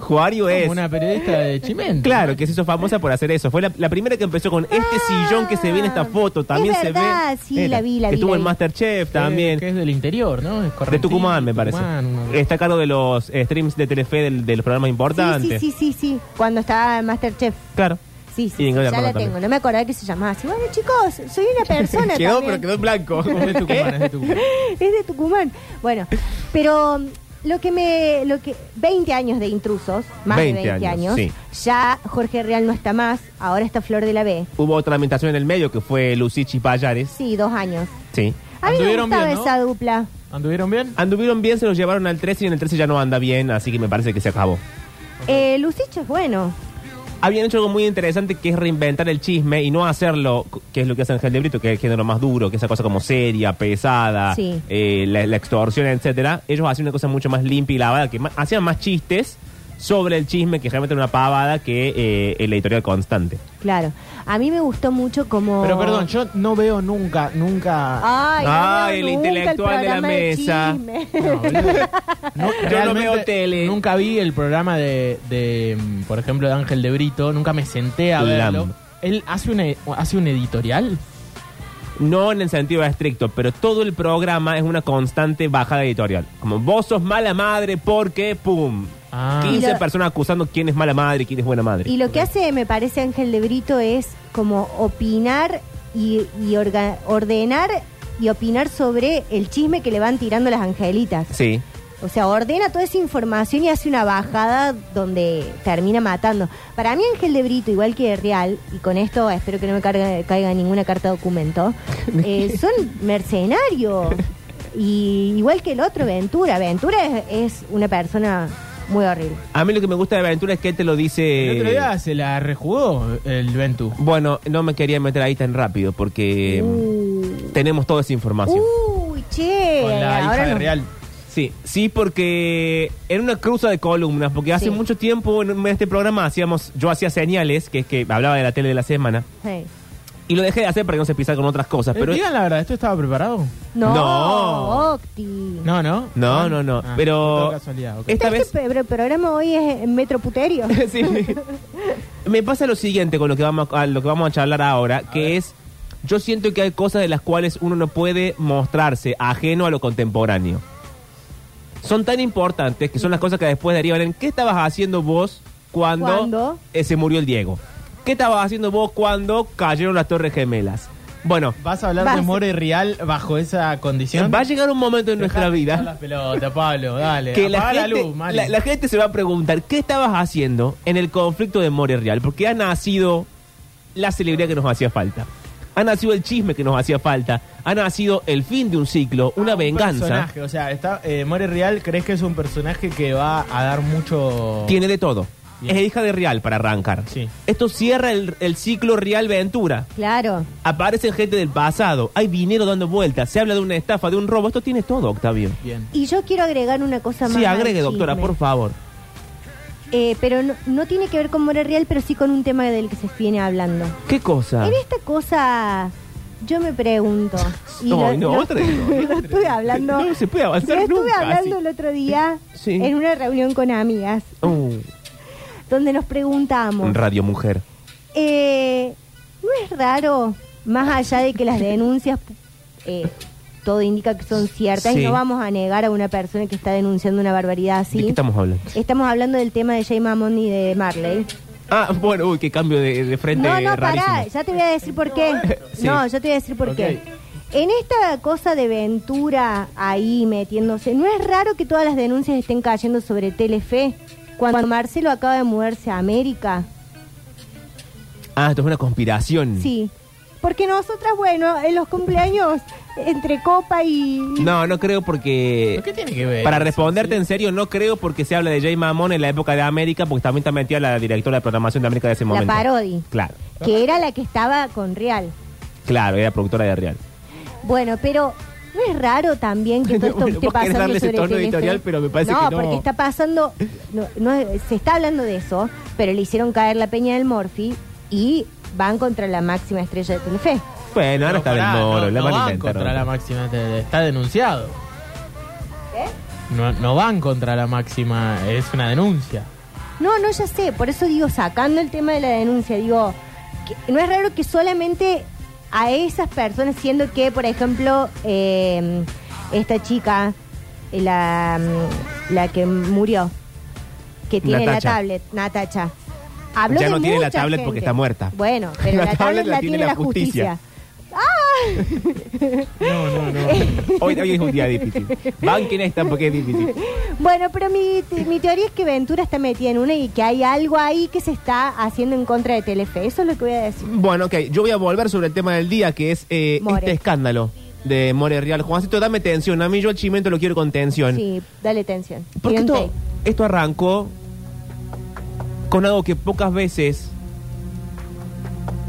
Speaker 8: Juario
Speaker 6: Como
Speaker 8: es.
Speaker 6: una periodista de Chimento.
Speaker 8: Claro, que se hizo famosa por hacer eso. Fue la, la primera que empezó con este sillón que se ve en esta foto. También
Speaker 7: Ah, Es
Speaker 8: se ve.
Speaker 7: verdad, sí,
Speaker 8: Era,
Speaker 7: la vi, la
Speaker 8: que
Speaker 7: vi,
Speaker 8: Estuvo
Speaker 7: la
Speaker 8: en
Speaker 7: vi.
Speaker 8: Masterchef
Speaker 6: Que-
Speaker 8: también.
Speaker 6: Que es del interior, ¿no? Es
Speaker 8: De
Speaker 6: correntino,
Speaker 8: Tucumán, me parece.
Speaker 6: Tucumán, una-
Speaker 8: Está a cargo de los eh, streams de Telefe del- de los programas
Speaker 7: Sí,
Speaker 8: importantes.
Speaker 7: sí, sí, sí, sí, cuando estaba en Masterchef.
Speaker 8: Claro.
Speaker 7: Sí,
Speaker 8: Y
Speaker 7: sí,
Speaker 8: en
Speaker 7: ya la
Speaker 8: Inglaterra también.
Speaker 7: tengo. No me acordaba que se llamaba así. Bueno, chicos, soy
Speaker 8: [laughs]
Speaker 7: una persona
Speaker 8: quedó,
Speaker 7: también.
Speaker 8: pero quedó en blanco.
Speaker 6: Es de Tucumán, es de Tucumán.
Speaker 7: [laughs] es de Tucumán. Bueno, pero mm, lo que me lo que 20 años de intrusos, más
Speaker 8: 20
Speaker 7: de 20
Speaker 8: años,
Speaker 7: años.
Speaker 8: sí.
Speaker 7: Ya Jorge Real no está más, ahora está Flor de la B.
Speaker 8: [laughs] Hubo otra lamentación en el medio que fue Lucichi Payares.
Speaker 7: Sí, dos años.
Speaker 8: Sí.
Speaker 7: A mí me
Speaker 6: Anduvieron
Speaker 7: gustaba
Speaker 6: bien, ¿no?
Speaker 7: esa dupla.
Speaker 6: ¿Anduvieron bien?
Speaker 8: Anduvieron bien, se los llevaron al 13 y en el 13 ya no anda bien, así que me parece que se acabó.
Speaker 7: Eh, Lucicho es bueno.
Speaker 8: Habían hecho algo muy interesante que es reinventar el chisme y no hacerlo, que es lo que hace Ángel de Brito, que es el género más duro, que es esa cosa como seria, pesada,
Speaker 7: Sí.
Speaker 8: eh, la, la extorsión, etcétera. Ellos hacían una cosa mucho más limpia y lavada, que ma- hacían más chistes sobre el chisme, que realmente era una pavada que eh, el editorial constante.
Speaker 7: Claro. A mí me gustó mucho como
Speaker 6: Pero perdón, yo no veo nunca, nunca.
Speaker 7: Ay, no
Speaker 8: Ay,
Speaker 7: veo
Speaker 8: el
Speaker 7: nunca
Speaker 8: intelectual de la
Speaker 7: programa
Speaker 8: mesa.
Speaker 7: chisme.
Speaker 6: [laughs]
Speaker 7: [laughs]
Speaker 6: No, boludo. No,
Speaker 8: no
Speaker 6: realmente
Speaker 8: veo tele.
Speaker 6: Nunca vi el programa de, de, mm, por ejemplo, de Ángel de Brito. Nunca me senté a
Speaker 8: Lam.
Speaker 6: verlo. Él hace un, e- hace un editorial.
Speaker 8: No en el sentido estricto, pero todo el programa es una constante bajada editorial. Como vos sos mala madre porque, ¡pum!
Speaker 6: Ah.
Speaker 8: 15
Speaker 7: Y lo-
Speaker 8: personas acusando quién es mala madre y quién es buena madre.
Speaker 7: Y lo que hace, me parece, Ángel de Brito es como opinar y, y orga- ordenar y opinar sobre el chisme que le van tirando las angelitas.
Speaker 8: Sí.
Speaker 7: O sea, ordena toda esa información y hace una bajada donde termina matando. Para mí, Ángel de Brito, igual que Real, y con esto espero que no me carga- caiga ninguna carta documento, eh, son mercenarios. Y igual que el otro, Ventura. Ventura es, es una persona muy horrible.
Speaker 8: A mí lo que me gusta de Aventura es que él te lo dice.
Speaker 6: El otro día se la rejugó el Ventu.
Speaker 8: Bueno, no me quería meter ahí tan rápido porque
Speaker 7: Uh.
Speaker 8: tenemos toda esa información.
Speaker 7: Uy, che.
Speaker 6: Con la
Speaker 7: ahora
Speaker 6: hija de
Speaker 7: nos-
Speaker 6: Real.
Speaker 8: Sí, sí, porque era una cruza de columnas, porque hace
Speaker 7: Sí.
Speaker 8: mucho tiempo en este programa hacíamos, yo hacía señales, que es que hablaba de la tele de la semana,
Speaker 7: Sí.
Speaker 8: y lo dejé de hacer para que no se pisara con otras cosas,
Speaker 6: Eh,
Speaker 8: pero...
Speaker 6: digan la verdad, ¿esto estaba preparado?
Speaker 7: No,
Speaker 8: No.
Speaker 7: Octi.
Speaker 6: No, no.
Speaker 8: No, no, no,
Speaker 6: Ah,
Speaker 8: pero...
Speaker 6: todo casualidad, ok.
Speaker 8: Esta
Speaker 7: Este
Speaker 8: vez...
Speaker 7: pe- el programa hoy es en
Speaker 8: [laughs]
Speaker 7: Metroputerio.
Speaker 8: Sí. Me pasa lo siguiente con lo que vamos a, a lo que vamos a charlar ahora, que es yo siento que hay cosas de las cuales uno no puede mostrarse ajeno a lo contemporáneo. Son tan importantes que son las cosas que después derivan en qué estabas haciendo vos cuando
Speaker 7: ¿Cuándo?
Speaker 8: eh, se murió el Diego. ¿Qué estabas haciendo vos cuando cayeron las Torres Gemelas? Bueno,
Speaker 6: ¿Vas a hablar
Speaker 7: Vas-
Speaker 6: de More Real bajo esa condición?
Speaker 8: va a llegar un momento en nuestra vida
Speaker 6: Dejá las pelotas, Pablo, dale.
Speaker 8: que la
Speaker 6: Apaga
Speaker 8: gente,
Speaker 6: luz, Mari.
Speaker 8: la- la gente se va a preguntar qué estabas haciendo en el conflicto de More Real, porque ha nacido la celebridad que nos hacía falta. Ha nacido el chisme que nos hacía falta. Ha nacido el fin de un ciclo, una
Speaker 6: Ah, un
Speaker 8: venganza.
Speaker 6: personaje, o sea, está, eh, More Real, ¿crees que es un personaje que va a dar mucho.
Speaker 8: Tiene de todo.
Speaker 6: Bien.
Speaker 8: Es hija de Real para arrancar.
Speaker 6: Sí.
Speaker 8: Esto cierra el, el ciclo Real Ventura.
Speaker 7: Claro.
Speaker 8: Aparecen gente del pasado. Hay dinero dando vueltas. Se habla de una estafa, de un robo. Esto tiene todo, Octavio.
Speaker 6: Bien.
Speaker 7: Y yo quiero agregar una cosa más.
Speaker 8: Sí, agregue,
Speaker 7: al
Speaker 8: doctora,
Speaker 7: chisme.
Speaker 8: por favor.
Speaker 7: Eh, pero no, no tiene que ver con More Real, pero sí con un tema del que se viene hablando.
Speaker 8: ¿Qué cosa?
Speaker 7: En esta cosa, yo me pregunto.
Speaker 8: No, no, otra vez no,
Speaker 7: [laughs] lo estuve hablando.
Speaker 8: No se puede avanzar
Speaker 7: lo estuve
Speaker 8: nunca,
Speaker 7: hablando el
Speaker 8: así.
Speaker 7: otro día
Speaker 8: Sí.
Speaker 7: en una reunión con amigas,
Speaker 8: Uh,
Speaker 7: donde nos preguntamos.
Speaker 8: radio Mujer.
Speaker 7: Eh, ¿No es raro, más allá de que las denuncias, eh, todo indica que son ciertas
Speaker 8: Sí.
Speaker 7: y no vamos a negar a una persona que está denunciando una barbaridad así?
Speaker 8: ¿De qué estamos hablando?
Speaker 7: Estamos hablando del tema de Jay Mamón y de Marley.
Speaker 8: Ah, bueno, uy, qué cambio de, de frente
Speaker 7: No, no,
Speaker 8: rarísimo.
Speaker 7: pará, ya te voy a decir por qué.
Speaker 8: [laughs] Sí.
Speaker 7: No, yo te voy a decir por
Speaker 6: Ok.
Speaker 7: qué. En esta cosa de Ventura ahí metiéndose, ¿no es raro que todas las denuncias estén cayendo sobre Telefe cuando Marcelo acaba de mudarse a América?
Speaker 8: Ah, esto es una conspiración.
Speaker 7: Sí. Porque nosotras, bueno, en los cumpleaños, entre copa y...
Speaker 8: No, no creo porque...
Speaker 6: ¿Pero ¿Qué tiene que ver?
Speaker 8: Para
Speaker 6: eso?
Speaker 8: responderte en serio, no creo porque se habla de Jay Mamón en la época de América, porque también está metida la directora de programación de América de ese momento.
Speaker 7: parodi.
Speaker 8: Claro,
Speaker 7: Que era la que estaba con Real.
Speaker 8: claro, era productora de Real.
Speaker 7: Bueno, pero no es raro también
Speaker 8: [laughs]
Speaker 7: que todo esto
Speaker 8: Bueno,
Speaker 7: esté
Speaker 8: vos querés
Speaker 7: pasando
Speaker 8: darle ese
Speaker 7: sobre este
Speaker 8: tono
Speaker 7: Telefe.
Speaker 8: editorial, pero me parece que no.
Speaker 7: porque está pasando, no, no es- se está hablando de eso, pero le hicieron caer la peña del Morphy y van contra la máxima estrella de Telefe.
Speaker 8: Bueno,
Speaker 6: Pero
Speaker 8: ahora está del
Speaker 6: pará,
Speaker 8: moro,
Speaker 6: no,
Speaker 8: la
Speaker 6: no
Speaker 8: van a
Speaker 6: van
Speaker 8: inventar,
Speaker 6: contra
Speaker 8: ¿no?
Speaker 6: la máxima, estrella, está denunciado. ¿Qué? No, no van contra la máxima, es una denuncia.
Speaker 7: No, no, ya sé, por eso digo, sacando el tema de la denuncia, digo, que no es raro que solamente a esas personas, siendo que, por ejemplo, eh, esta chica, eh, la, mm, la que murió, que tiene
Speaker 8: Natacha.
Speaker 7: la tablet, Natacha, habló
Speaker 8: Ya
Speaker 7: de
Speaker 8: no tiene la
Speaker 7: mucha
Speaker 8: tablet
Speaker 7: gente.
Speaker 8: porque está muerta.
Speaker 7: Bueno,
Speaker 8: [laughs]
Speaker 7: pero la, tablet la tiene la justicia.
Speaker 6: No, no, no.
Speaker 8: [laughs] Hoy, hoy es un
Speaker 6: [laughs]
Speaker 8: día difícil. Banquen esta porque es difícil.
Speaker 7: Bueno, pero mi, te- mi teoría es que Ventura está metida en una y que hay algo ahí que se está haciendo en contra de Telefe. Eso es lo que voy a decir.
Speaker 8: Bueno, ok, yo voy a volver sobre el tema del día, que es eh,
Speaker 7: More.
Speaker 8: este escándalo de More Real. Juancito, dame tensión. A mí yo al chimento lo quiero con tensión.
Speaker 7: Sí, dale tensión.
Speaker 8: Porque
Speaker 7: Tiene un
Speaker 8: esto,
Speaker 7: take.
Speaker 8: esto arrancó con algo que pocas veces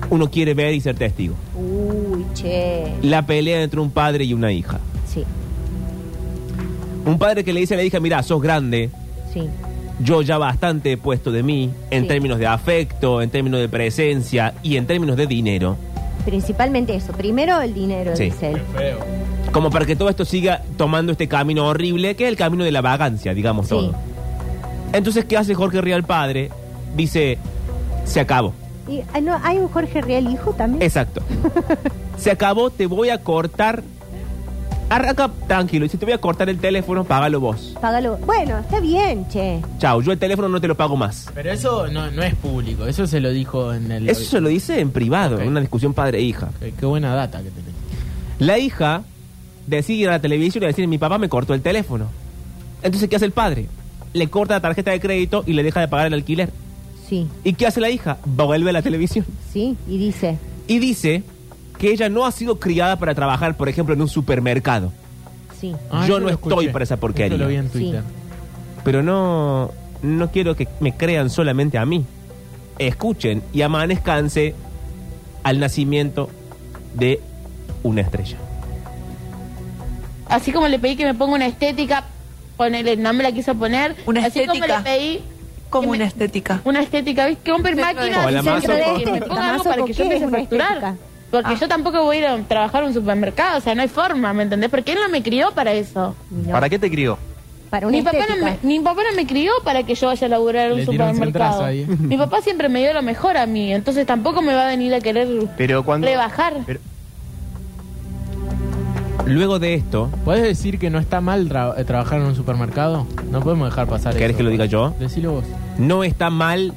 Speaker 8: uno quiere ver y ser testigo.
Speaker 7: Uy, che.
Speaker 8: La pelea entre un padre y una hija.
Speaker 7: Sí,
Speaker 8: Un padre que le dice a la hija, mira, sos grande,
Speaker 7: sí.
Speaker 8: yo ya bastante he puesto de mí en
Speaker 7: Sí.
Speaker 8: términos de afecto, en términos de presencia y en términos de dinero.
Speaker 7: Principalmente eso. Primero el dinero,
Speaker 8: Sí.
Speaker 7: dice él.
Speaker 6: Feo.
Speaker 8: Como para que todo esto siga tomando este camino horrible, que es el camino de la vagancia, digamos
Speaker 7: Sí.
Speaker 8: todo. Entonces, ¿qué hace Jorge Rial padre? Dice, se acabó.
Speaker 7: Y, ah, no, ¿Hay un Jorge Real hijo también?
Speaker 8: Exacto. Se acabó, te voy a cortar. Arranca tranquilo, y si te voy a cortar el teléfono, págalo vos.
Speaker 7: Págalo. Bueno, está bien, che.
Speaker 8: Chao, yo el teléfono no te lo pago más.
Speaker 6: Pero eso no, no es público, eso se lo dijo en el...
Speaker 8: Eso se lo dice en privado,
Speaker 6: Ok.
Speaker 8: en una discusión padre-hija.
Speaker 6: Qué, qué buena data que tenés.
Speaker 8: La hija decide ir a la televisión y decir, mi papá me cortó el teléfono. Entonces, ¿qué hace el padre? Le corta la tarjeta de crédito y le deja de pagar el alquiler.
Speaker 7: Sí,
Speaker 8: ¿Y qué hace la hija? Vuelve a la televisión.
Speaker 7: sí. Y dice,
Speaker 8: Y dice que ella no ha sido criada para trabajar, por ejemplo, en un supermercado.
Speaker 7: sí.
Speaker 8: Yo
Speaker 6: Ah, eso
Speaker 8: no
Speaker 6: lo
Speaker 8: estoy
Speaker 6: escuché.
Speaker 8: para esa porquería.
Speaker 6: Eso lo vi en
Speaker 7: Sí.
Speaker 6: Twitter.
Speaker 8: pero no, no quiero que me crean solamente a mí. Escuchen y amanezcanse al nacimiento de una estrella.
Speaker 5: Así como le pedí que me ponga una estética, ponele, no me la quiso poner.
Speaker 9: Una
Speaker 5: así como
Speaker 9: estética.
Speaker 5: le pedí
Speaker 9: Como
Speaker 5: que me-
Speaker 9: una estética.
Speaker 5: una estética, ¿viste? Que compre
Speaker 9: Centro de-
Speaker 5: máquinas
Speaker 8: Hola,
Speaker 5: y centro
Speaker 8: Mazo.
Speaker 5: de- que me ponga algo
Speaker 7: Mazo,
Speaker 5: para
Speaker 7: ¿por
Speaker 5: que yo
Speaker 7: qué
Speaker 5: empiece a
Speaker 7: es una
Speaker 5: facturar.
Speaker 7: estética?
Speaker 5: Porque
Speaker 9: Ah.
Speaker 5: yo tampoco voy a ir a trabajar a un supermercado, o sea, no hay forma, ¿me entendés? Porque él no me crió para eso.
Speaker 7: No,
Speaker 10: ¿Para qué te crió?
Speaker 7: para una
Speaker 5: Mi papá, no
Speaker 7: estética.
Speaker 5: me, mi papá no me crió para que yo vaya a laburar en un
Speaker 6: Le tiró un
Speaker 5: supermercado.
Speaker 6: centrazo ahí. [laughs]
Speaker 5: Mi papá siempre me dio lo mejor a mí, entonces tampoco me va a venir a querer
Speaker 10: Pero cuando.
Speaker 5: rebajar.
Speaker 10: Pero-
Speaker 8: Luego de esto,
Speaker 6: ¿Puedes decir que no está mal tra- eh, trabajar en un supermercado? No podemos dejar pasar
Speaker 8: ¿Querés
Speaker 6: eso.
Speaker 8: que lo diga yo?
Speaker 6: Decilo vos.
Speaker 8: no está mal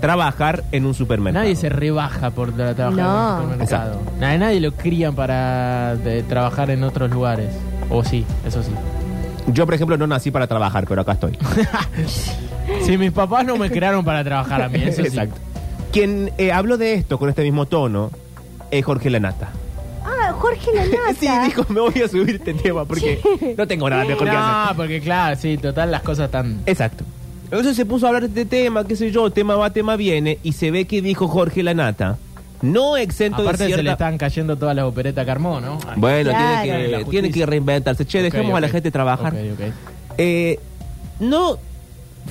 Speaker 8: trabajar en un supermercado.
Speaker 6: Nadie se rebaja por tra- trabajar
Speaker 7: No.
Speaker 6: en un supermercado. Nadie, nadie lo crían para de, trabajar en otros lugares. O sí, eso sí.
Speaker 8: Yo, por ejemplo, no nací para trabajar, pero
Speaker 6: [laughs]
Speaker 8: acá estoy.
Speaker 6: Si mis papás no me crearon para trabajar a mí, eso sí.
Speaker 8: Exacto. Quien eh, habló de esto con este mismo tono es Jorge Lanata.
Speaker 7: Ah, Jorge
Speaker 8: [laughs]
Speaker 7: Lanata.
Speaker 8: Sí, dijo, me voy a subir este tema porque no tengo nada mejor que hacer.
Speaker 6: No, porque claro, sí, total, las cosas están...
Speaker 8: Exacto. Entonces se puso a hablar de este tema, qué sé yo, tema va, tema viene, y se ve que dijo Jorge Lanata, no exento
Speaker 6: Aparte
Speaker 8: de
Speaker 6: se le
Speaker 8: cierta...
Speaker 6: están cayendo todas las operetas que armó, ¿no? Ay.
Speaker 8: Bueno,
Speaker 7: Claro.
Speaker 8: tiene,
Speaker 6: La
Speaker 8: que,
Speaker 6: justicia.
Speaker 8: tiene que reinventarse. Che, dejemos
Speaker 6: Ok,
Speaker 8: a la
Speaker 6: ok.
Speaker 8: gente trabajar.
Speaker 6: Ok, ok.
Speaker 8: Eh, no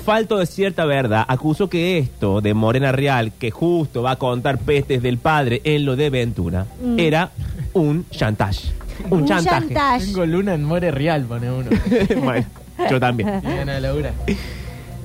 Speaker 8: falto de cierta verdad, acusó que esto de Morena Real, que justo va a contar pestes del padre en lo de Ventura, era un chantaje. Un,
Speaker 7: Un
Speaker 8: chantaje.
Speaker 7: chantaje.
Speaker 6: Tengo luna en More Real, pone uno.
Speaker 7: [laughs]
Speaker 8: [laughs] bueno, yo también.
Speaker 6: Y gana de Laura.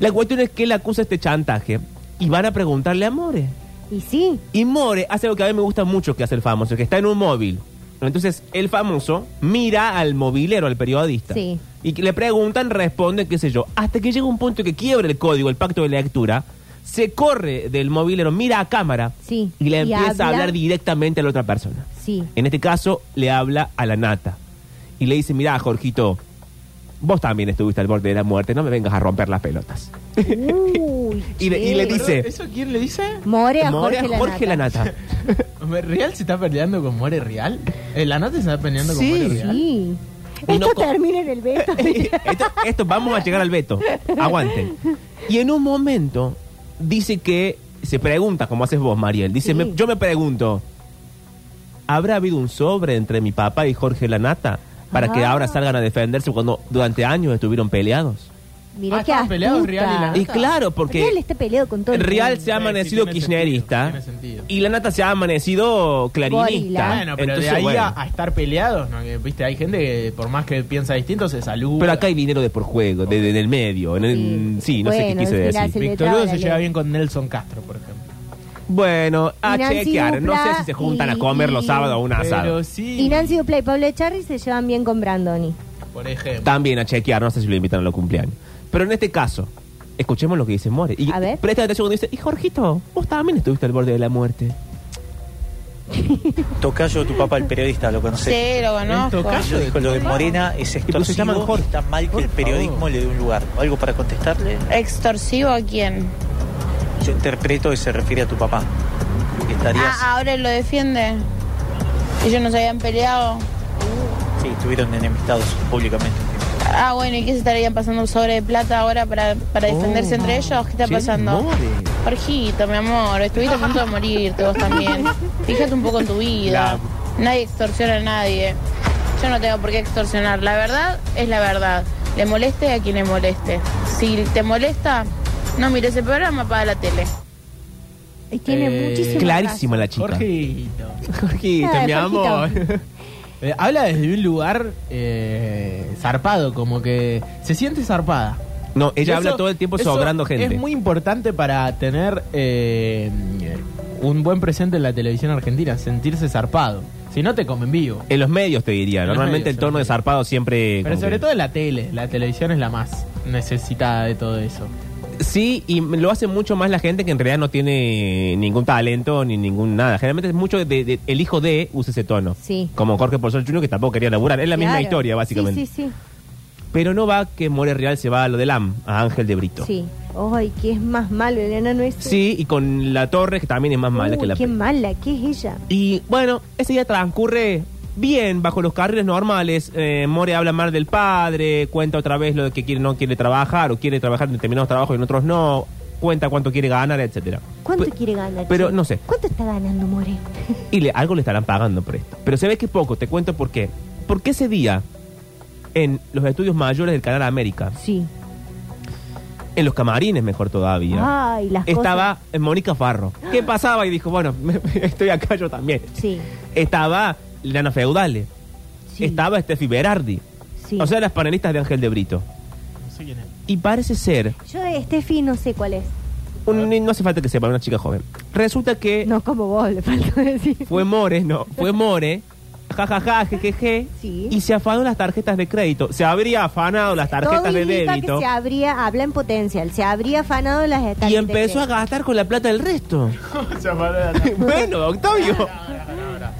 Speaker 8: La cuestión es que él acusa este chantaje y van a preguntarle a More.
Speaker 7: Y sí,
Speaker 8: Y More hace algo que a mí me gusta mucho que hace el famoso, que está en un móvil. Entonces, el famoso mira al movilero, al periodista.
Speaker 7: Sí.
Speaker 8: Y que le preguntan, responde, qué sé yo. Hasta que llega un punto que quiebra el código, el pacto de lectura, se corre del mobilero, mira a cámara
Speaker 7: Sí.
Speaker 8: y le
Speaker 7: Y
Speaker 8: empieza
Speaker 7: habla.
Speaker 8: a hablar directamente a la otra persona.
Speaker 7: Sí.
Speaker 8: En este caso, le habla a la nata y le dice, mira, Jorgito, vos también estuviste al borde de la muerte, no me vengas a romper las pelotas.
Speaker 7: Uy,
Speaker 8: Y le- y le
Speaker 7: che.
Speaker 8: dice-
Speaker 6: ¿Eso quién le dice?
Speaker 7: More a
Speaker 8: More
Speaker 7: Jorge, Lanata. [laughs]
Speaker 8: Lanata.
Speaker 6: ¿Real se está peleando con More Real? Eh, ¿La nota se está peleando
Speaker 8: Sí.
Speaker 6: con More Real?
Speaker 7: Sí.
Speaker 8: Y
Speaker 7: Esto
Speaker 8: no co-
Speaker 7: termina en el
Speaker 8: [laughs]
Speaker 7: Beto.
Speaker 8: esto, esto, vamos a llegar al veto. Aguanten. Y en un momento dice que se pregunta, como haces vos, Mariel. Dice,
Speaker 7: Sí.
Speaker 8: me- yo me pregunto, ¿habrá habido un sobre entre mi papá y Jorge Lanata para que
Speaker 7: Ah.
Speaker 8: ahora salgan a defenderse cuando durante años estuvieron peleados?
Speaker 7: Mirá
Speaker 6: Ah,
Speaker 7: que
Speaker 6: estaban peleados
Speaker 7: astuta.
Speaker 6: Real y Lanata.
Speaker 8: Y claro, porque
Speaker 7: Ah. Real está peleado con todo el
Speaker 8: Real
Speaker 7: mundo.
Speaker 8: se ha
Speaker 6: Sí,
Speaker 8: amanecido
Speaker 6: tiene sentido,
Speaker 8: kirchnerista
Speaker 6: tiene sentido.
Speaker 8: y Lanata se ha amanecido clarinista.
Speaker 7: Gorila.
Speaker 6: Bueno, pero
Speaker 8: Entonces,
Speaker 6: de ahí
Speaker 8: bueno.
Speaker 6: a, a estar peleados, ¿no? Que, Viste, hay gente que por más que piensa distinto se saluda.
Speaker 8: Pero acá hay dinero de por juego, de, de- en el medio. en el- sí, no sé qué
Speaker 7: Bueno,
Speaker 8: quise
Speaker 7: mirá,
Speaker 8: decir.
Speaker 7: se le
Speaker 6: Víctor
Speaker 7: traba
Speaker 6: Hugo
Speaker 7: la
Speaker 6: se lleva
Speaker 7: lengua.
Speaker 6: bien con Nelson Castro, por ejemplo.
Speaker 8: Bueno, a
Speaker 7: Y Nancy
Speaker 8: chequear. No sé
Speaker 7: Dupla
Speaker 8: si se juntan
Speaker 7: y-
Speaker 8: a comer los
Speaker 7: y-
Speaker 8: sábados a un asado.
Speaker 6: Pero sí,
Speaker 7: Y Nancy Duplay y Pablo Echarri se llevan bien con Brandoni.
Speaker 6: por ejemplo.
Speaker 8: También a chequear, no sé si lo invitan a los cumpleaños. Pero en este caso, escuchemos lo que dice More. Y
Speaker 7: A ver.
Speaker 8: presta atención cuando dice, y Jorgito, vos también estuviste al borde de la muerte.
Speaker 9: Tocayo de tu papá, el periodista, lo conocés.
Speaker 5: Sí, lo
Speaker 6: En
Speaker 5: conozco.
Speaker 6: tocayo de
Speaker 9: Dijo, lo de
Speaker 6: tu-
Speaker 9: Morena es
Speaker 8: pero se
Speaker 9: extorsivo
Speaker 8: llaman
Speaker 9: y
Speaker 8: Jorge.
Speaker 9: está mal que
Speaker 8: Por
Speaker 9: el periodismo
Speaker 6: favor.
Speaker 9: le dé un lugar. ¿Algo para contestarle?
Speaker 5: ¿Extorsivo a quién?
Speaker 9: Yo interpreto que se refiere a tu papá. Que estarías...
Speaker 5: Ah, ahora él lo defiende. Ellos no se habían peleado.
Speaker 9: Sí, estuvieron enemistados públicamente.
Speaker 5: Ah, bueno, ¿y qué se estarían pasando un sobre de plata ahora para, para defenderse
Speaker 10: Oh.
Speaker 5: entre ellos? ¿Qué está
Speaker 8: Che,
Speaker 5: pasando?
Speaker 8: More.
Speaker 5: Jorgito, mi amor, estuviste a punto de morirte vos también.
Speaker 10: [laughs]
Speaker 5: Fíjate un poco en tu vida. Nadie extorsiona a nadie. Yo no tengo por qué extorsionar. La verdad es la verdad. Le moleste a quien le moleste. Si te molesta, no mires el programa, apaga la tele.
Speaker 7: Y tiene
Speaker 6: Eh,
Speaker 7: muchísimo.
Speaker 8: Clarísima la chica.
Speaker 6: Jorgito.
Speaker 8: Jorgito,
Speaker 7: Ay,
Speaker 8: mi
Speaker 7: Jorgito.
Speaker 8: amor.
Speaker 6: Eh, habla desde un lugar eh, zarpado, como que se siente zarpada.
Speaker 8: No, ella
Speaker 6: Eso-
Speaker 8: habla todo el tiempo
Speaker 6: eso
Speaker 8: sobrando gente.
Speaker 6: Es muy importante para tener eh, un buen presente en la televisión argentina, sentirse zarpado. Si no, te comen vivo.
Speaker 8: En los medios te diría.
Speaker 6: En los
Speaker 8: Normalmente
Speaker 6: medios,
Speaker 8: el tono
Speaker 6: en
Speaker 8: de
Speaker 6: los medios.
Speaker 8: zarpado siempre.
Speaker 6: Pero
Speaker 8: como
Speaker 6: sobre
Speaker 8: que-
Speaker 6: todo en la tele. La televisión es la más necesitada de todo eso.
Speaker 8: Sí, y m- lo hace mucho más la gente que en realidad no tiene ningún talento ni ningún nada. Generalmente es mucho de, de- el hijo de usa ese tono.
Speaker 7: Sí.
Speaker 8: Como Jorge Porcel Jr. que tampoco quería laburar. Es la misma
Speaker 7: Claro.
Speaker 8: historia, básicamente.
Speaker 7: Sí, sí,
Speaker 8: Pero no va que More Real se va a lo de LAM, a Ángel de Brito.
Speaker 7: sí. Sí. Ay, que es más malo, Elena, ¿no es?
Speaker 8: Sí, y con La Torre, que también es más mala
Speaker 7: Uy,
Speaker 8: que la...
Speaker 7: Qué mala, ¿qué es ella?
Speaker 8: Y bueno, ese día transcurre bien, bajo los carriles normales. Eh, More habla mal del padre, cuenta otra vez lo de que quiere, no quiere trabajar, o quiere trabajar en determinados trabajos y en otros no, cuenta cuánto quiere ganar, etcétera.
Speaker 7: ¿Cuánto
Speaker 8: Pe-
Speaker 7: quiere ganar?
Speaker 8: pero
Speaker 7: che?
Speaker 8: no sé.
Speaker 7: ¿Cuánto está ganando More?
Speaker 8: Y le- algo le estarán pagando por esto. Pero se ve que poco, te cuento por qué. Porque ese día, en los estudios mayores del Canal América,
Speaker 7: Sí.
Speaker 8: en los camarines mejor todavía,
Speaker 7: Ay, Ah, las
Speaker 8: estaba eh,
Speaker 7: cosas.
Speaker 8: Mónica Farro. ¿Qué pasaba? Y dijo, bueno, [laughs] estoy acá yo también.
Speaker 7: Sí.
Speaker 8: Estaba Lana Feudale.
Speaker 7: sí,
Speaker 8: Estaba Steffi Berardi.
Speaker 7: sí.
Speaker 8: O sea, las panelistas de Ángel de Brito.
Speaker 6: No sé quién es.
Speaker 8: Y parece ser,
Speaker 7: Yo de Steffi no sé cuál es.
Speaker 8: un- no hace falta que sepa, una chica joven. Resulta que
Speaker 7: No como vos, le faltó [laughs] decir.
Speaker 8: Eh. Fue More, no, fue More. Ja, ja, ja, je, je, je.
Speaker 7: Sí.
Speaker 8: Y se afanó las tarjetas de crédito. Se habría afanado las tarjetas
Speaker 7: Todo
Speaker 8: de
Speaker 7: indica
Speaker 8: débito.
Speaker 7: que se habría, habla en potencial, se habría afanado las tarjetas
Speaker 8: Y
Speaker 7: de
Speaker 8: empezó a
Speaker 7: crédito.
Speaker 8: gastar con la plata del resto.
Speaker 6: [laughs] Se afanó la tarjeta.
Speaker 8: [laughs] bueno, Octavio.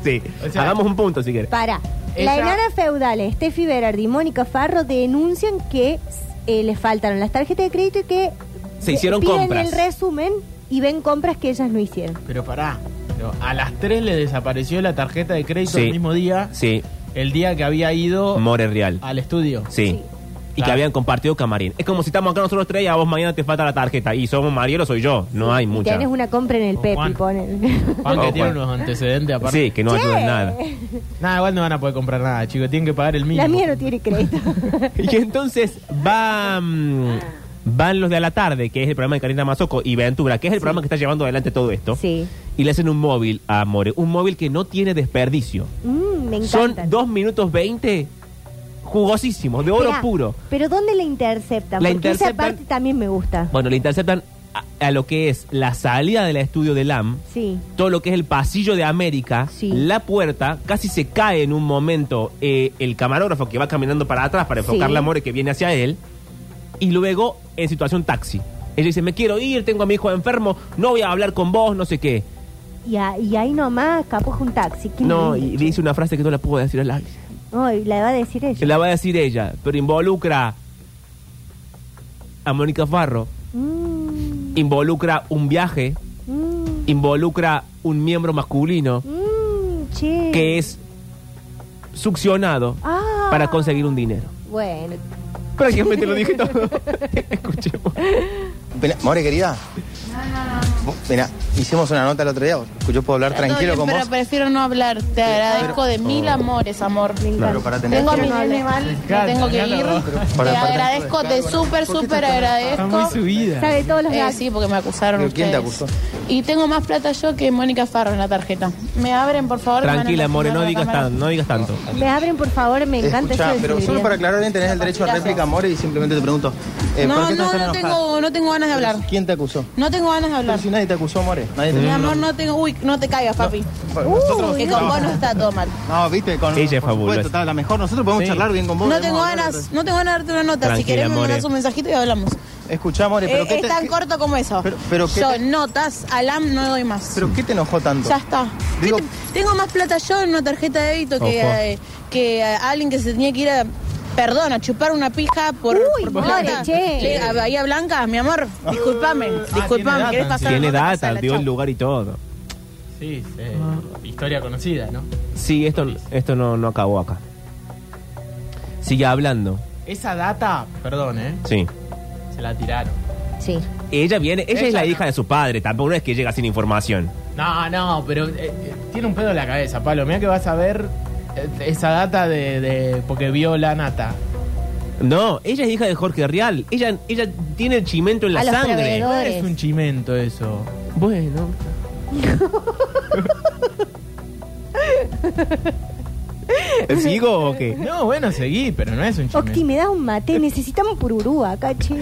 Speaker 8: Sí,
Speaker 6: O sea,
Speaker 8: hagamos un punto si quieres.
Speaker 7: Para. La
Speaker 6: Ella-
Speaker 7: enana feudal, Steffi Berardi y Mónica Farro denuncian que eh, les faltaron las tarjetas de crédito y que
Speaker 8: Se hicieron
Speaker 7: piden
Speaker 8: compras.
Speaker 7: el resumen y ven compras que ellas no hicieron.
Speaker 6: Pero pará. pero a las 3 le desapareció la tarjeta de crédito
Speaker 8: Sí.
Speaker 6: el mismo día.
Speaker 8: Sí,
Speaker 6: El día que había ido
Speaker 8: More Real.
Speaker 6: al estudio.
Speaker 8: Sí.
Speaker 7: Sí.
Speaker 8: Y que
Speaker 6: Claro.
Speaker 8: habían compartido camarín. Es como si estamos acá nosotros tres y a vos mañana te falta la tarjeta. Y somos Marielo, soy yo. No hay
Speaker 7: Y
Speaker 8: mucha.
Speaker 7: tenés una compra en el
Speaker 6: O
Speaker 7: Pepi,
Speaker 6: Juan.
Speaker 7: ponen.
Speaker 6: Juan que
Speaker 8: Oh,
Speaker 6: tiene
Speaker 8: Juan.
Speaker 6: unos antecedentes aparte.
Speaker 8: Sí, que no ayuda en nada.
Speaker 6: Nada, igual no van a poder comprar nada, chicos. Tienen que pagar el
Speaker 7: [laughs]
Speaker 6: mínimo.
Speaker 7: La mía no tiene crédito.
Speaker 8: [laughs] Y entonces va, mm, van los de a la tarde, que es el programa de Karina Mazoco, y Ventura, que es el programa que está llevando adelante todo esto.
Speaker 7: sí.
Speaker 8: Y le hacen un móvil a More, un móvil que no tiene desperdicio.
Speaker 7: Mm, me
Speaker 8: Son
Speaker 7: encanta.
Speaker 8: dos minutos 20 jugosísimos, de oro
Speaker 7: Esperá,
Speaker 8: puro.
Speaker 7: Pero ¿dónde la interceptan?
Speaker 8: La
Speaker 7: Porque esa
Speaker 8: interceptan-
Speaker 7: parte también me gusta.
Speaker 8: Bueno, le interceptan a, a lo que es la salida del estudio de LAM,
Speaker 7: Sí.
Speaker 8: todo lo que es el pasillo de América,
Speaker 7: Sí.
Speaker 8: la puerta, casi se cae en un momento eh, el camarógrafo que va caminando para atrás para enfocar
Speaker 7: Sí.
Speaker 8: la More que viene hacia él, y luego en situación taxi. Ella dice, me quiero ir, tengo a mi hijo enfermo, no voy a hablar con vos, no sé qué.
Speaker 7: Y, a- y ahí nomás capó un taxi. Qué
Speaker 8: No,
Speaker 7: lindo,
Speaker 8: y
Speaker 7: che.
Speaker 8: dice una frase que no la puedo decir al aire.
Speaker 7: Ay, la va a decir ella.
Speaker 8: Que la va a decir ella, pero involucra a Mónica Farro,
Speaker 7: Mm,
Speaker 8: involucra un viaje,
Speaker 7: mm,
Speaker 8: involucra un miembro masculino
Speaker 7: mm, che.
Speaker 8: que es succionado
Speaker 7: Ah.
Speaker 8: para conseguir un dinero.
Speaker 7: Bueno,
Speaker 8: Prácticamente lo dije todo. [laughs] Escuchemos.
Speaker 10: Mira, More, querida. Mira, hicimos una nota el otro día. Yo puedo hablar tranquilo
Speaker 5: Todo
Speaker 10: con
Speaker 5: bien,
Speaker 10: vos. Oh.
Speaker 5: Pero prefiero no hablar. Te agradezco de mil amores, amor.
Speaker 10: Claro, para tener.
Speaker 5: Tengo a mi
Speaker 7: no hablar.
Speaker 5: nene mal, me
Speaker 6: Claro,
Speaker 5: tengo que
Speaker 6: claro.
Speaker 5: ir.
Speaker 6: Pero
Speaker 10: para-
Speaker 5: Te
Speaker 10: para-
Speaker 5: agradezco, te súper, súper
Speaker 6: Está muy
Speaker 5: agradezco.
Speaker 6: subida.
Speaker 7: sabe todos los
Speaker 5: Eh,
Speaker 7: datos.
Speaker 5: sí, porque me acusaron
Speaker 10: ¿Pero quién te
Speaker 5: ustedes.
Speaker 10: acusó?
Speaker 5: Y tengo más plata yo que Mónica Farro en la tarjeta. ¿Me abren, por favor? que van a
Speaker 8: Tranquila, More, no
Speaker 5: lastimar la
Speaker 8: digas,
Speaker 5: cámara.
Speaker 8: tan- Ah, no digas tanto.
Speaker 7: Me abren, por favor, me encanta
Speaker 10: Escuchá,
Speaker 7: eso de
Speaker 10: pero solo
Speaker 7: seguridad.
Speaker 10: para aclarar bien, tenés el derecho a réplica, More, y simplemente te pregunto. eh, ¿por
Speaker 5: No,
Speaker 10: qué estás
Speaker 5: no,
Speaker 10: tan
Speaker 5: no
Speaker 10: enojada?
Speaker 5: tengo, no tengo ganas de hablar.
Speaker 10: ¿Quién te acusó?
Speaker 5: No tengo ganas de hablar.
Speaker 10: Pero si nadie te acusó, More. Nadie te
Speaker 5: Mi
Speaker 10: acusó.
Speaker 5: amor, no tengo... Uy, no te caigas, papi.
Speaker 10: Nosotros-
Speaker 5: Que con vos no está todo mal.
Speaker 10: No, viste, con
Speaker 8: Ella es
Speaker 10: por supuesto,
Speaker 8: fabulosa.
Speaker 10: está la mejor. Nosotros podemos
Speaker 6: Sí.
Speaker 10: charlar bien con vos.
Speaker 5: No
Speaker 10: podemos
Speaker 5: tengo
Speaker 10: hablar
Speaker 5: ganas, no tengo ganas de darte una nota.
Speaker 8: Tranquila,
Speaker 5: si querés me
Speaker 8: amore.
Speaker 5: mandás un mensajito y hablamos.
Speaker 10: de- Escuchá, More, pero
Speaker 5: Eh,
Speaker 10: ¿qué
Speaker 5: es
Speaker 10: te-
Speaker 5: tan
Speaker 10: qué-
Speaker 5: corto como eso.
Speaker 10: Pero- pero ¿qué
Speaker 5: yo,
Speaker 10: te-
Speaker 5: notas, alam, no doy más.
Speaker 10: pero ¿qué te enojó tanto?
Speaker 5: ya está. ¿Qué
Speaker 10: Digo-
Speaker 5: te- tengo más plata yo en una tarjeta de débito que,
Speaker 8: Ojo.
Speaker 5: eh, que eh, alguien que se tenía que ir a... Perdón, a chupar una pija por...
Speaker 7: Uy,
Speaker 5: por
Speaker 7: madre, che.
Speaker 5: Le- a Bahía Blanca, mi amor, discúlpame, discúlpame,
Speaker 6: tiene
Speaker 5: ¿querés
Speaker 6: data,
Speaker 5: pasar? a
Speaker 8: Tiene
Speaker 5: otra
Speaker 8: data,
Speaker 5: pasala,
Speaker 8: dio el
Speaker 5: chau.
Speaker 8: lugar y todo.
Speaker 6: Sí, sí. Historia conocida, ¿no?
Speaker 8: Sí, esto, esto no, no acabó acá. Sigue hablando.
Speaker 6: Esa data, perdón, ¿eh?
Speaker 8: Sí.
Speaker 6: Se la tiraron.
Speaker 7: Sí.
Speaker 8: Ella viene, ella, es
Speaker 6: Ella
Speaker 8: la
Speaker 6: no.
Speaker 8: hija de su padre, tampoco es que llega sin información.
Speaker 6: No, no, pero eh, eh, tiene un pedo en la cabeza, Pablo. Mira que vas a ver eh, esa data de, de- porque vio la nata.
Speaker 8: No, ella es hija de Jorge Real. Ella, ella tiene el chimento en la
Speaker 7: A los
Speaker 8: sangre.
Speaker 7: proveedores.
Speaker 6: No es un chimento eso.
Speaker 8: [laughs] Bueno. ¿Sigo o qué?
Speaker 6: No, bueno, seguí, pero no es un chimento.
Speaker 7: Octi, me das un mate. Necesitamos pururú acá, che.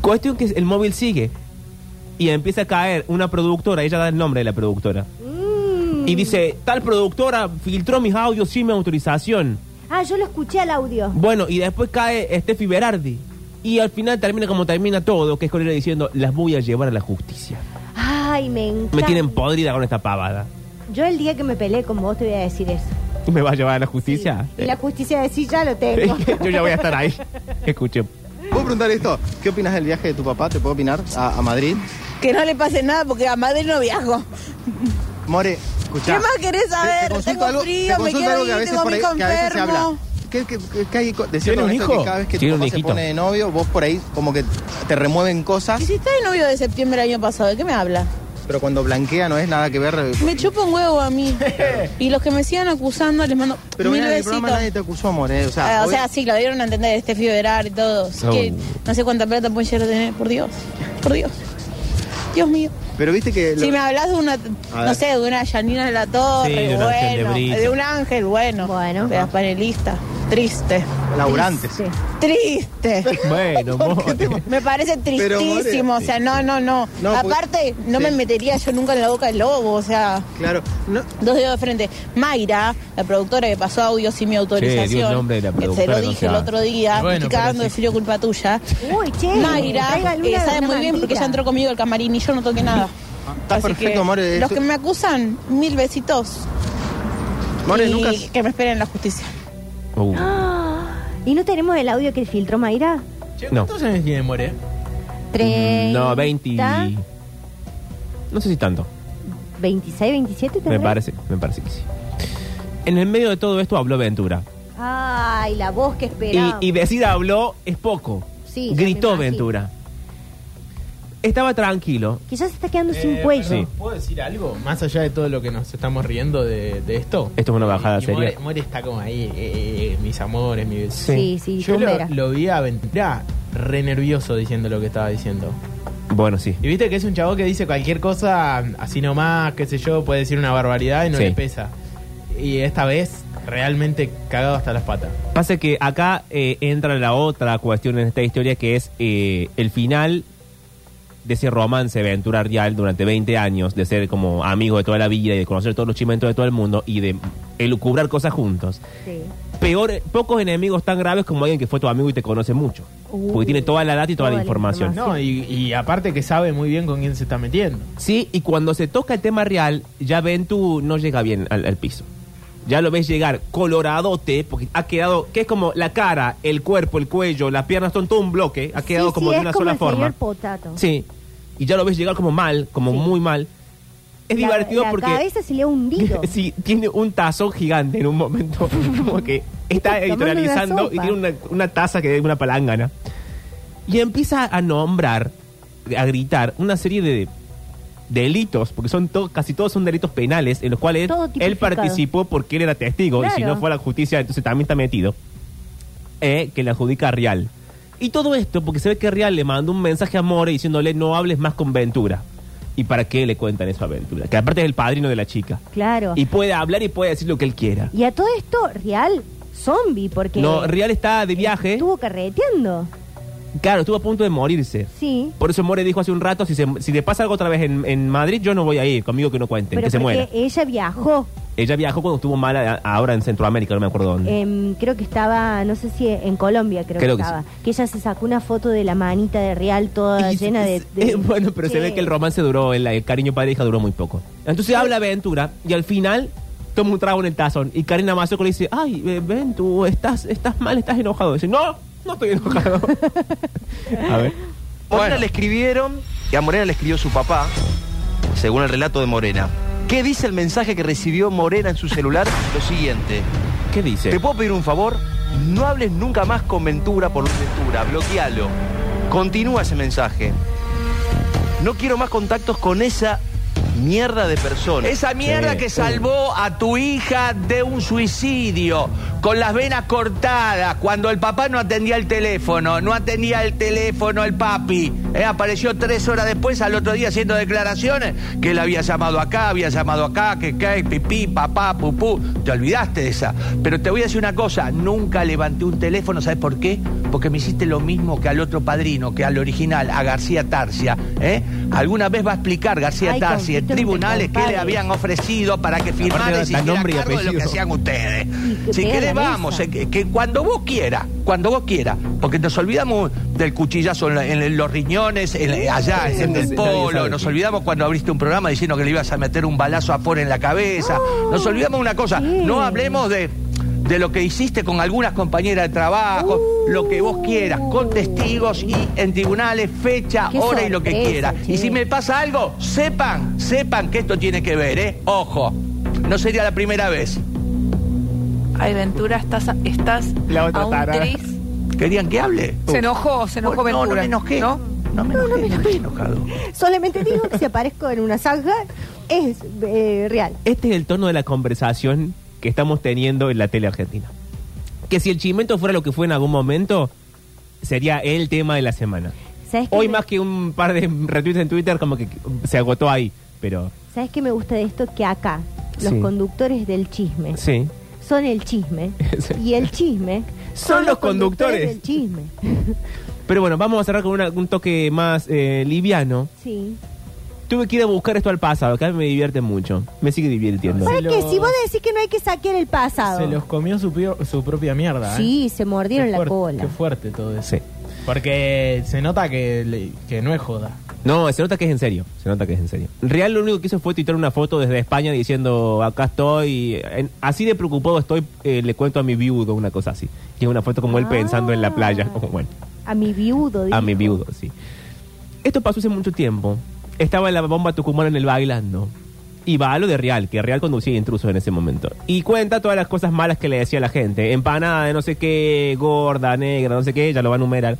Speaker 8: Cuestión que el móvil sigue. Y empieza a caer una productora, ella da el nombre de la productora.
Speaker 7: Mm.
Speaker 8: Y dice, tal productora filtró mis audios sin mi autorización.
Speaker 7: Ah, yo lo escuché al audio.
Speaker 8: Bueno, y después cae Steffi Berardi. Y al final termina como termina todo, que es con ella diciendo, las voy a llevar a la justicia.
Speaker 7: Ay, me encanta.
Speaker 8: Me tienen podrida con esta pavada.
Speaker 7: Yo el día que me peleé con vos te voy a decir eso.
Speaker 8: ¿Y me va a llevar a la justicia?
Speaker 7: Y
Speaker 8: [laughs]
Speaker 7: la justicia va a decir, ya lo tengo.
Speaker 8: Yo ya voy a
Speaker 7: [laughs]
Speaker 8: estar ahí. Escuché.
Speaker 10: ¿Puedo preguntar esto? ¿Qué opinas del viaje de tu papá? ¿Te puedo opinar a, a Madrid?
Speaker 5: Que no le pase nada porque a Madrid no viajo.
Speaker 10: More, escuchá.
Speaker 5: ¿Qué más querés saber?
Speaker 10: consulto
Speaker 5: Tengo
Speaker 10: algo-
Speaker 5: frío,
Speaker 10: te
Speaker 5: me
Speaker 10: consulto
Speaker 5: quiero
Speaker 10: algo que
Speaker 5: ir,
Speaker 10: a veces
Speaker 5: tengo
Speaker 10: por
Speaker 5: mi
Speaker 10: ahí-
Speaker 5: hijo
Speaker 10: que a veces se habla.
Speaker 5: enfermo.
Speaker 10: ¿Qué, qué- qué- qué hay co- de
Speaker 6: ¿Tiene
Speaker 10: cierto
Speaker 6: un
Speaker 10: con esto?
Speaker 6: hijo?
Speaker 10: Que cada vez que
Speaker 8: Tiene
Speaker 10: tu
Speaker 8: un
Speaker 10: papá se
Speaker 8: hijito.
Speaker 10: pone de novio, vos por ahí como que te remueven cosas,
Speaker 5: Y si está de novio de septiembre del año pasado, ¿de qué me habla?
Speaker 10: pero cuando blanquea no es nada que ver. eh,
Speaker 5: Me chupa un huevo a
Speaker 10: [laughs]
Speaker 5: mí. y los que me sigan acusando les mando
Speaker 10: Pero
Speaker 5: mil
Speaker 10: mira, en el
Speaker 5: besitos.
Speaker 10: programa nadie te acusó, amor. eh, O sea,
Speaker 5: Ah, o
Speaker 10: hoy-
Speaker 5: sea, sí, lo dieron a entender este Fioderar y todos. Que
Speaker 8: No.
Speaker 5: no sé cuánta plata pueden llegar a tener, por Dios. Por Dios. Dios mío.
Speaker 10: pero viste que... lo-
Speaker 5: Si me hablas de una,
Speaker 10: A
Speaker 5: no
Speaker 10: ver.
Speaker 5: sé, de una Janina de la Torre,
Speaker 8: Sí, de un ángel de
Speaker 5: bueno,
Speaker 8: brillo.
Speaker 5: de un ángel, bueno,
Speaker 7: Bueno.
Speaker 5: de las panelistas, triste,
Speaker 10: Laburantes.
Speaker 7: Sí.
Speaker 5: triste.
Speaker 8: Bueno, amor.
Speaker 5: Me parece
Speaker 10: Pero,
Speaker 5: tristísimo, o sea, no, no, no.
Speaker 10: No, pues-
Speaker 5: Aparte, no me
Speaker 10: Sí.
Speaker 5: metería yo nunca en la boca del lobo, o sea,
Speaker 10: Claro. No,
Speaker 5: dos dedos de frente. Mayra, la productora que pasó audio sin mi autorización,
Speaker 8: Sí, di un nombre de la
Speaker 5: que
Speaker 8: productora,
Speaker 5: se
Speaker 8: no
Speaker 5: lo dije
Speaker 8: sea-
Speaker 5: el otro día,
Speaker 6: Y bueno,
Speaker 5: estoy
Speaker 6: pero
Speaker 5: cagando de
Speaker 6: sí.
Speaker 5: frío culpa tuya.
Speaker 7: Uy, che.
Speaker 5: Mayra
Speaker 7: traigan una-
Speaker 5: eh, sabe
Speaker 7: una
Speaker 5: muy bien
Speaker 7: mantita.
Speaker 5: porque ella entró conmigo al camarín y yo no toqué nada.
Speaker 10: Ah, está
Speaker 5: Así
Speaker 10: perfecto,
Speaker 5: que,
Speaker 10: amor. eh,
Speaker 5: Los
Speaker 10: eso-
Speaker 5: que me acusan, mil besitos.
Speaker 10: More,
Speaker 5: y
Speaker 10: nunca...
Speaker 5: que me esperen la justicia.
Speaker 8: [laughs] Uh,
Speaker 7: Ah, ¿Y no tenemos el audio que filtró Mayra?
Speaker 6: Che,
Speaker 8: No.
Speaker 6: ¿Cuántos años tiene More?
Speaker 7: Treinta,
Speaker 8: No, 20. No sé si tanto.
Speaker 7: 26, 27
Speaker 8: Me
Speaker 7: tendrá.
Speaker 8: parece, me parece que sí. En el medio de todo esto habló Ventura.
Speaker 7: Ay, la voz que
Speaker 8: Y,
Speaker 7: esperaba.
Speaker 8: y decir habló es poco.
Speaker 7: Sí, ya me
Speaker 8: Gritó
Speaker 7: imagino.
Speaker 8: Ventura. Estaba tranquilo.
Speaker 7: Quizás se está quedando
Speaker 8: Eh,
Speaker 7: sin cuello.
Speaker 8: Sí.
Speaker 6: ¿Puedo decir algo? Más allá de todo lo que nos estamos riendo de, de esto.
Speaker 8: Esto es una bajada
Speaker 6: Y- y More-
Speaker 8: seria.
Speaker 6: More está como ahí, eh, eh, mis amores, mi
Speaker 7: Sí, sí,
Speaker 6: Yo lo,
Speaker 7: tumbera.
Speaker 6: lo vi a Ventura re nervioso diciendo lo que estaba diciendo.
Speaker 8: Bueno, sí.
Speaker 6: Y viste que es un chavo que dice cualquier cosa así nomás, qué sé yo, puede decir una barbaridad y no
Speaker 8: Sí.
Speaker 6: le pesa. Y esta vez realmente cagado hasta las patas.
Speaker 8: Pasa que acá eh, entra la otra cuestión en esta historia que es eh, el final de ese romance Ventura Rial durante 20 años, de ser como amigo de toda la vida y de conocer todos los chimentos de todo el mundo y de elucubrar cosas juntos.
Speaker 7: Sí.
Speaker 8: Peor, pocos enemigos tan graves como alguien que fue tu amigo y te conoce mucho. porque tiene toda la data y toda, la información.
Speaker 7: Ah,
Speaker 6: No, y, y aparte que sabe muy bien con quién se está metiendo.
Speaker 8: Sí, y cuando se toca el tema real, ya Ventu no llega bien al, al piso. Ya lo ves llegar coloradote, porque ha quedado, que es como la cara, el cuerpo, el cuello, las piernas, son todo un bloque, ha quedado
Speaker 7: Sí, sí,
Speaker 8: como de
Speaker 7: es
Speaker 8: una
Speaker 7: como
Speaker 8: sola
Speaker 7: el
Speaker 8: forma.
Speaker 7: señor Potato.
Speaker 8: Sí, y ya lo ves llegar como mal, como muy mal. Es
Speaker 7: La-
Speaker 8: divertido
Speaker 7: la
Speaker 8: porque...
Speaker 7: cabeza se le ha hundido.
Speaker 8: [laughs] Sí, tiene un tazón gigante en un momento, [laughs] como que está
Speaker 7: Tomando una
Speaker 8: editorializando y
Speaker 7: sopa.
Speaker 8: tiene una, una taza que es una palangana. Y empieza a nombrar, a gritar, una serie de delitos, porque son to- casi todos son delitos penales, en los cuales
Speaker 7: Todo
Speaker 8: él
Speaker 7: tipificado.
Speaker 8: participó porque él era testigo, y si
Speaker 7: Claro.
Speaker 8: no fue a la justicia, entonces también está metido, eh, que le adjudica a Real. Y todo esto porque se ve que Real le mandó un mensaje a More diciéndole no hables más con Ventura. ¿Y para qué le cuentan eso a Ventura? Que aparte es el padrino de la chica.
Speaker 7: Claro.
Speaker 8: Y puede hablar y puede decir lo que él quiera.
Speaker 7: Y a todo esto, Real, zombie, porque
Speaker 8: No, Real está de viaje.
Speaker 7: estuvo carreteando.
Speaker 8: Claro, estuvo a punto de morirse.
Speaker 7: Sí.
Speaker 8: Por eso More dijo hace un rato, si, se- si le pasa algo otra vez en, en Madrid, yo no voy a ir, conmigo que no cuenten,
Speaker 7: Pero
Speaker 8: que se
Speaker 7: porque
Speaker 8: muera.
Speaker 7: ella viajó.
Speaker 8: Ella viajó cuando estuvo mala a- ahora en Centroamérica, no me acuerdo dónde.
Speaker 7: em, creo que estaba, no sé si en Colombia, creo,
Speaker 8: Mm. Creo
Speaker 7: que
Speaker 8: que
Speaker 7: estaba. Que ella se sacó una foto de la manita de Real toda
Speaker 8: Y-
Speaker 7: llena de. de-
Speaker 8: Eh, [laughs] bueno, pero se
Speaker 7: Che.
Speaker 8: ve que el romance duró, el, el cariño padre-hija duró muy poco. Entonces habla Ventura y al final toma un trago en el tazón. Y Karina Mazoco le dice, ay, eh, Ventu, estás, estás mal, estás enojado. dice, no, no
Speaker 7: [laughs]
Speaker 8: estoy enojado. a ver.
Speaker 11: Morena le escribieron, y a Morena le escribió su papá, según el relato de Morena. ¿Qué dice el mensaje que recibió Morena en su celular? Lo siguiente.
Speaker 8: ¿Qué dice?
Speaker 11: ¿Te puedo pedir un favor? No hables nunca más con Ventura por Luis Ventura, bloquealo. Continúa ese mensaje. No quiero más contactos con esa mierda de persona.
Speaker 12: Esa mierda que salvó a tu hija de un suicidio, con las venas cortadas, cuando el papá no atendía el teléfono, no atendía el teléfono el papi. Eh, apareció tres horas después, al otro día haciendo declaraciones, que él había llamado acá, había llamado acá, que cae, pipí, papá, pupú. Te olvidaste de esa. Pero te voy a decir una cosa, nunca levanté un teléfono, ¿sabes por qué? Porque me hiciste lo mismo que al otro padrino, que al original, a García Tarcia. ¿eh? ¿Alguna vez va a explicar García
Speaker 11: Ay,
Speaker 12: Tarcia en
Speaker 11: conflicto entre
Speaker 12: tribunales qué le
Speaker 11: compadres.
Speaker 12: habían ofrecido para que firmara y
Speaker 11: Aparte,
Speaker 12: se
Speaker 11: da
Speaker 12: hiciera
Speaker 11: nombre y
Speaker 12: cargo de lo que
Speaker 11: apellido.
Speaker 12: hacían ustedes?
Speaker 11: que
Speaker 12: Si
Speaker 11: pega
Speaker 12: querés,
Speaker 11: la mesa.
Speaker 12: vamos, eh, que, que cuando vos quieras, cuando vos quieras, porque nos olvidamos del cuchillazo en, la- en los riñones, en- allá, en el polo, nos olvidamos cuando abriste un programa diciendo que le ibas a meter un balazo a por en la cabeza, nos olvidamos una cosa, no hablemos de de lo que hiciste con algunas compañeras de trabajo,
Speaker 7: Uh.
Speaker 12: lo que vos quieras, con testigos y en tribunales, fecha,
Speaker 11: Qué
Speaker 12: hora y lo que
Speaker 11: sorpresa,
Speaker 12: quieras. Y
Speaker 11: che.
Speaker 12: si me pasa algo, sepan, sepan que esto tiene que ver, ¿eh? Ojo, no sería la primera vez.
Speaker 13: Ay, Ventura, estás, a- estás a un
Speaker 12: tarada.
Speaker 13: tris.
Speaker 12: ¿Querían que hable?
Speaker 13: Se enojó, se enojó
Speaker 12: No, no me
Speaker 13: Ventura.
Speaker 12: enojé. No, me enojé, no estoy enojado.
Speaker 7: Solamente digo que si aparezco en una zanja, es eh, Real.
Speaker 8: Este es el tono de la conversación que estamos teniendo en la tele argentina. Que si el chimento fuera lo que fue en algún momento, sería el tema de la semana.
Speaker 7: ¿Sabes qué
Speaker 8: Hoy
Speaker 7: me-
Speaker 8: más que un par de retweets en Twitter, como que se agotó ahí, pero...
Speaker 7: ¿Sabes qué me gusta de esto? Que acá, los
Speaker 8: Sí.
Speaker 7: conductores del chisme
Speaker 8: Sí.
Speaker 7: son el chisme.
Speaker 8: [laughs] Sí.
Speaker 7: Y el chisme
Speaker 8: Son los conductores.
Speaker 7: del chisme.
Speaker 8: Pero bueno, vamos a cerrar con una- un toque más eh, liviano.
Speaker 7: Sí.
Speaker 8: Tuve que ir a buscar esto al pasado, que a mí me divierte mucho. Me sigue divirtiendo.
Speaker 7: ¿Sabes qué? Si vos decís que no hay que saquear el pasado.
Speaker 6: Se los comió su, pio- su propia mierda. ¿eh?
Speaker 7: Sí, se mordieron
Speaker 6: Qué
Speaker 7: la
Speaker 6: fuerte,
Speaker 7: cola.
Speaker 6: Qué fuerte todo eso. Porque se nota que, le- que no es joda.
Speaker 8: No, se nota que es en serio. Se nota que es en serio. Real lo único que hizo fue tuitear una foto desde España diciendo, acá estoy, en- así de preocupado estoy, eh, le cuento a mi viudo, una cosa así. Tiene una foto como él pensando en la playa, [laughs] como bueno,
Speaker 7: A mi viudo.
Speaker 8: a
Speaker 7: dijo.
Speaker 8: mi viudo, sí. Esto pasó hace mucho tiempo. Estaba la bomba tucumana en el bailando. Y va a lo de Real, que Real conducía intrusos en ese momento. Y cuenta todas las cosas malas que le decía la gente. Empanada de no sé qué, gorda, negra, no sé qué, ya lo va a enumerar.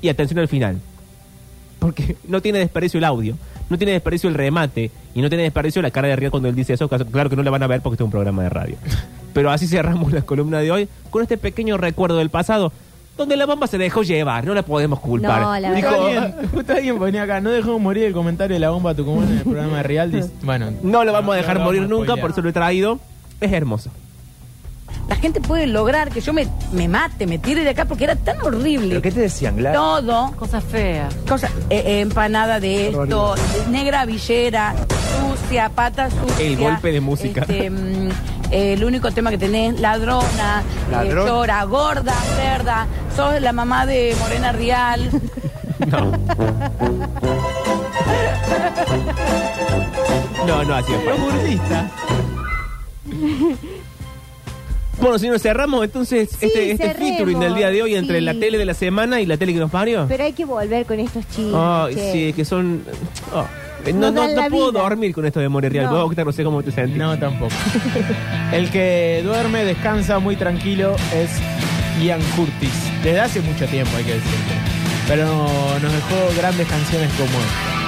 Speaker 8: Y atención al final. Porque [laughs] no tiene desprecio el audio, no tiene desprecio el remate y no tiene desprecio la cara de Real cuando él dice eso. caso- Claro que no la van a ver porque este es un programa
Speaker 6: [laughs]
Speaker 8: de radio. Pero así cerramos la columna de hoy con este pequeño recuerdo del pasado donde la bomba se dejó llevar, no la podemos culpar.
Speaker 6: Justo alguien- [laughs] justo alguien ponía acá, no dejamos morir el comentario de la bomba tucumana en el programa de Real. Dice- Bueno,
Speaker 8: No lo vamos a dejar
Speaker 6: no lo
Speaker 8: morir
Speaker 6: vamos a
Speaker 8: nunca,
Speaker 6: spoilear.
Speaker 8: por eso lo he traído. Es hermoso.
Speaker 13: La gente puede lograr que yo me, me mate, me tire de acá porque era tan horrible.
Speaker 9: te decían,
Speaker 13: Todo. Cosas feas. Cosa, eh, eh, empanada de esto, negra villera, sucia, pata sucia.
Speaker 8: El golpe de música.
Speaker 13: este, mm, eh, el único tema que tenés, ladrona, eh,
Speaker 14: Ladrón.
Speaker 13: chora, gorda, cerda, sos la mamá de Morena Rial.
Speaker 8: No, no, así es. Bueno, señores, cerramos entonces este, este
Speaker 7: cerremos,
Speaker 8: featuring del día de hoy entre
Speaker 7: sí.
Speaker 8: la tele de la semana y la tele que nos parió.
Speaker 7: Pero hay que volver con estos chistes.
Speaker 8: Ay,
Speaker 7: che.
Speaker 8: sí, es que son. oh, No,
Speaker 7: Nos
Speaker 8: no,
Speaker 7: dan
Speaker 8: no
Speaker 7: la
Speaker 8: puedo
Speaker 7: vida.
Speaker 8: dormir con esto de More Real.
Speaker 6: No.
Speaker 8: Vos, Octa, no sé cómo te sentís.
Speaker 7: [laughs]
Speaker 6: No, tampoco. El que duerme, descansa muy tranquilo es Ian Curtis. Desde hace mucho tiempo, hay que decirlo. Pero nos dejó grandes canciones como esta.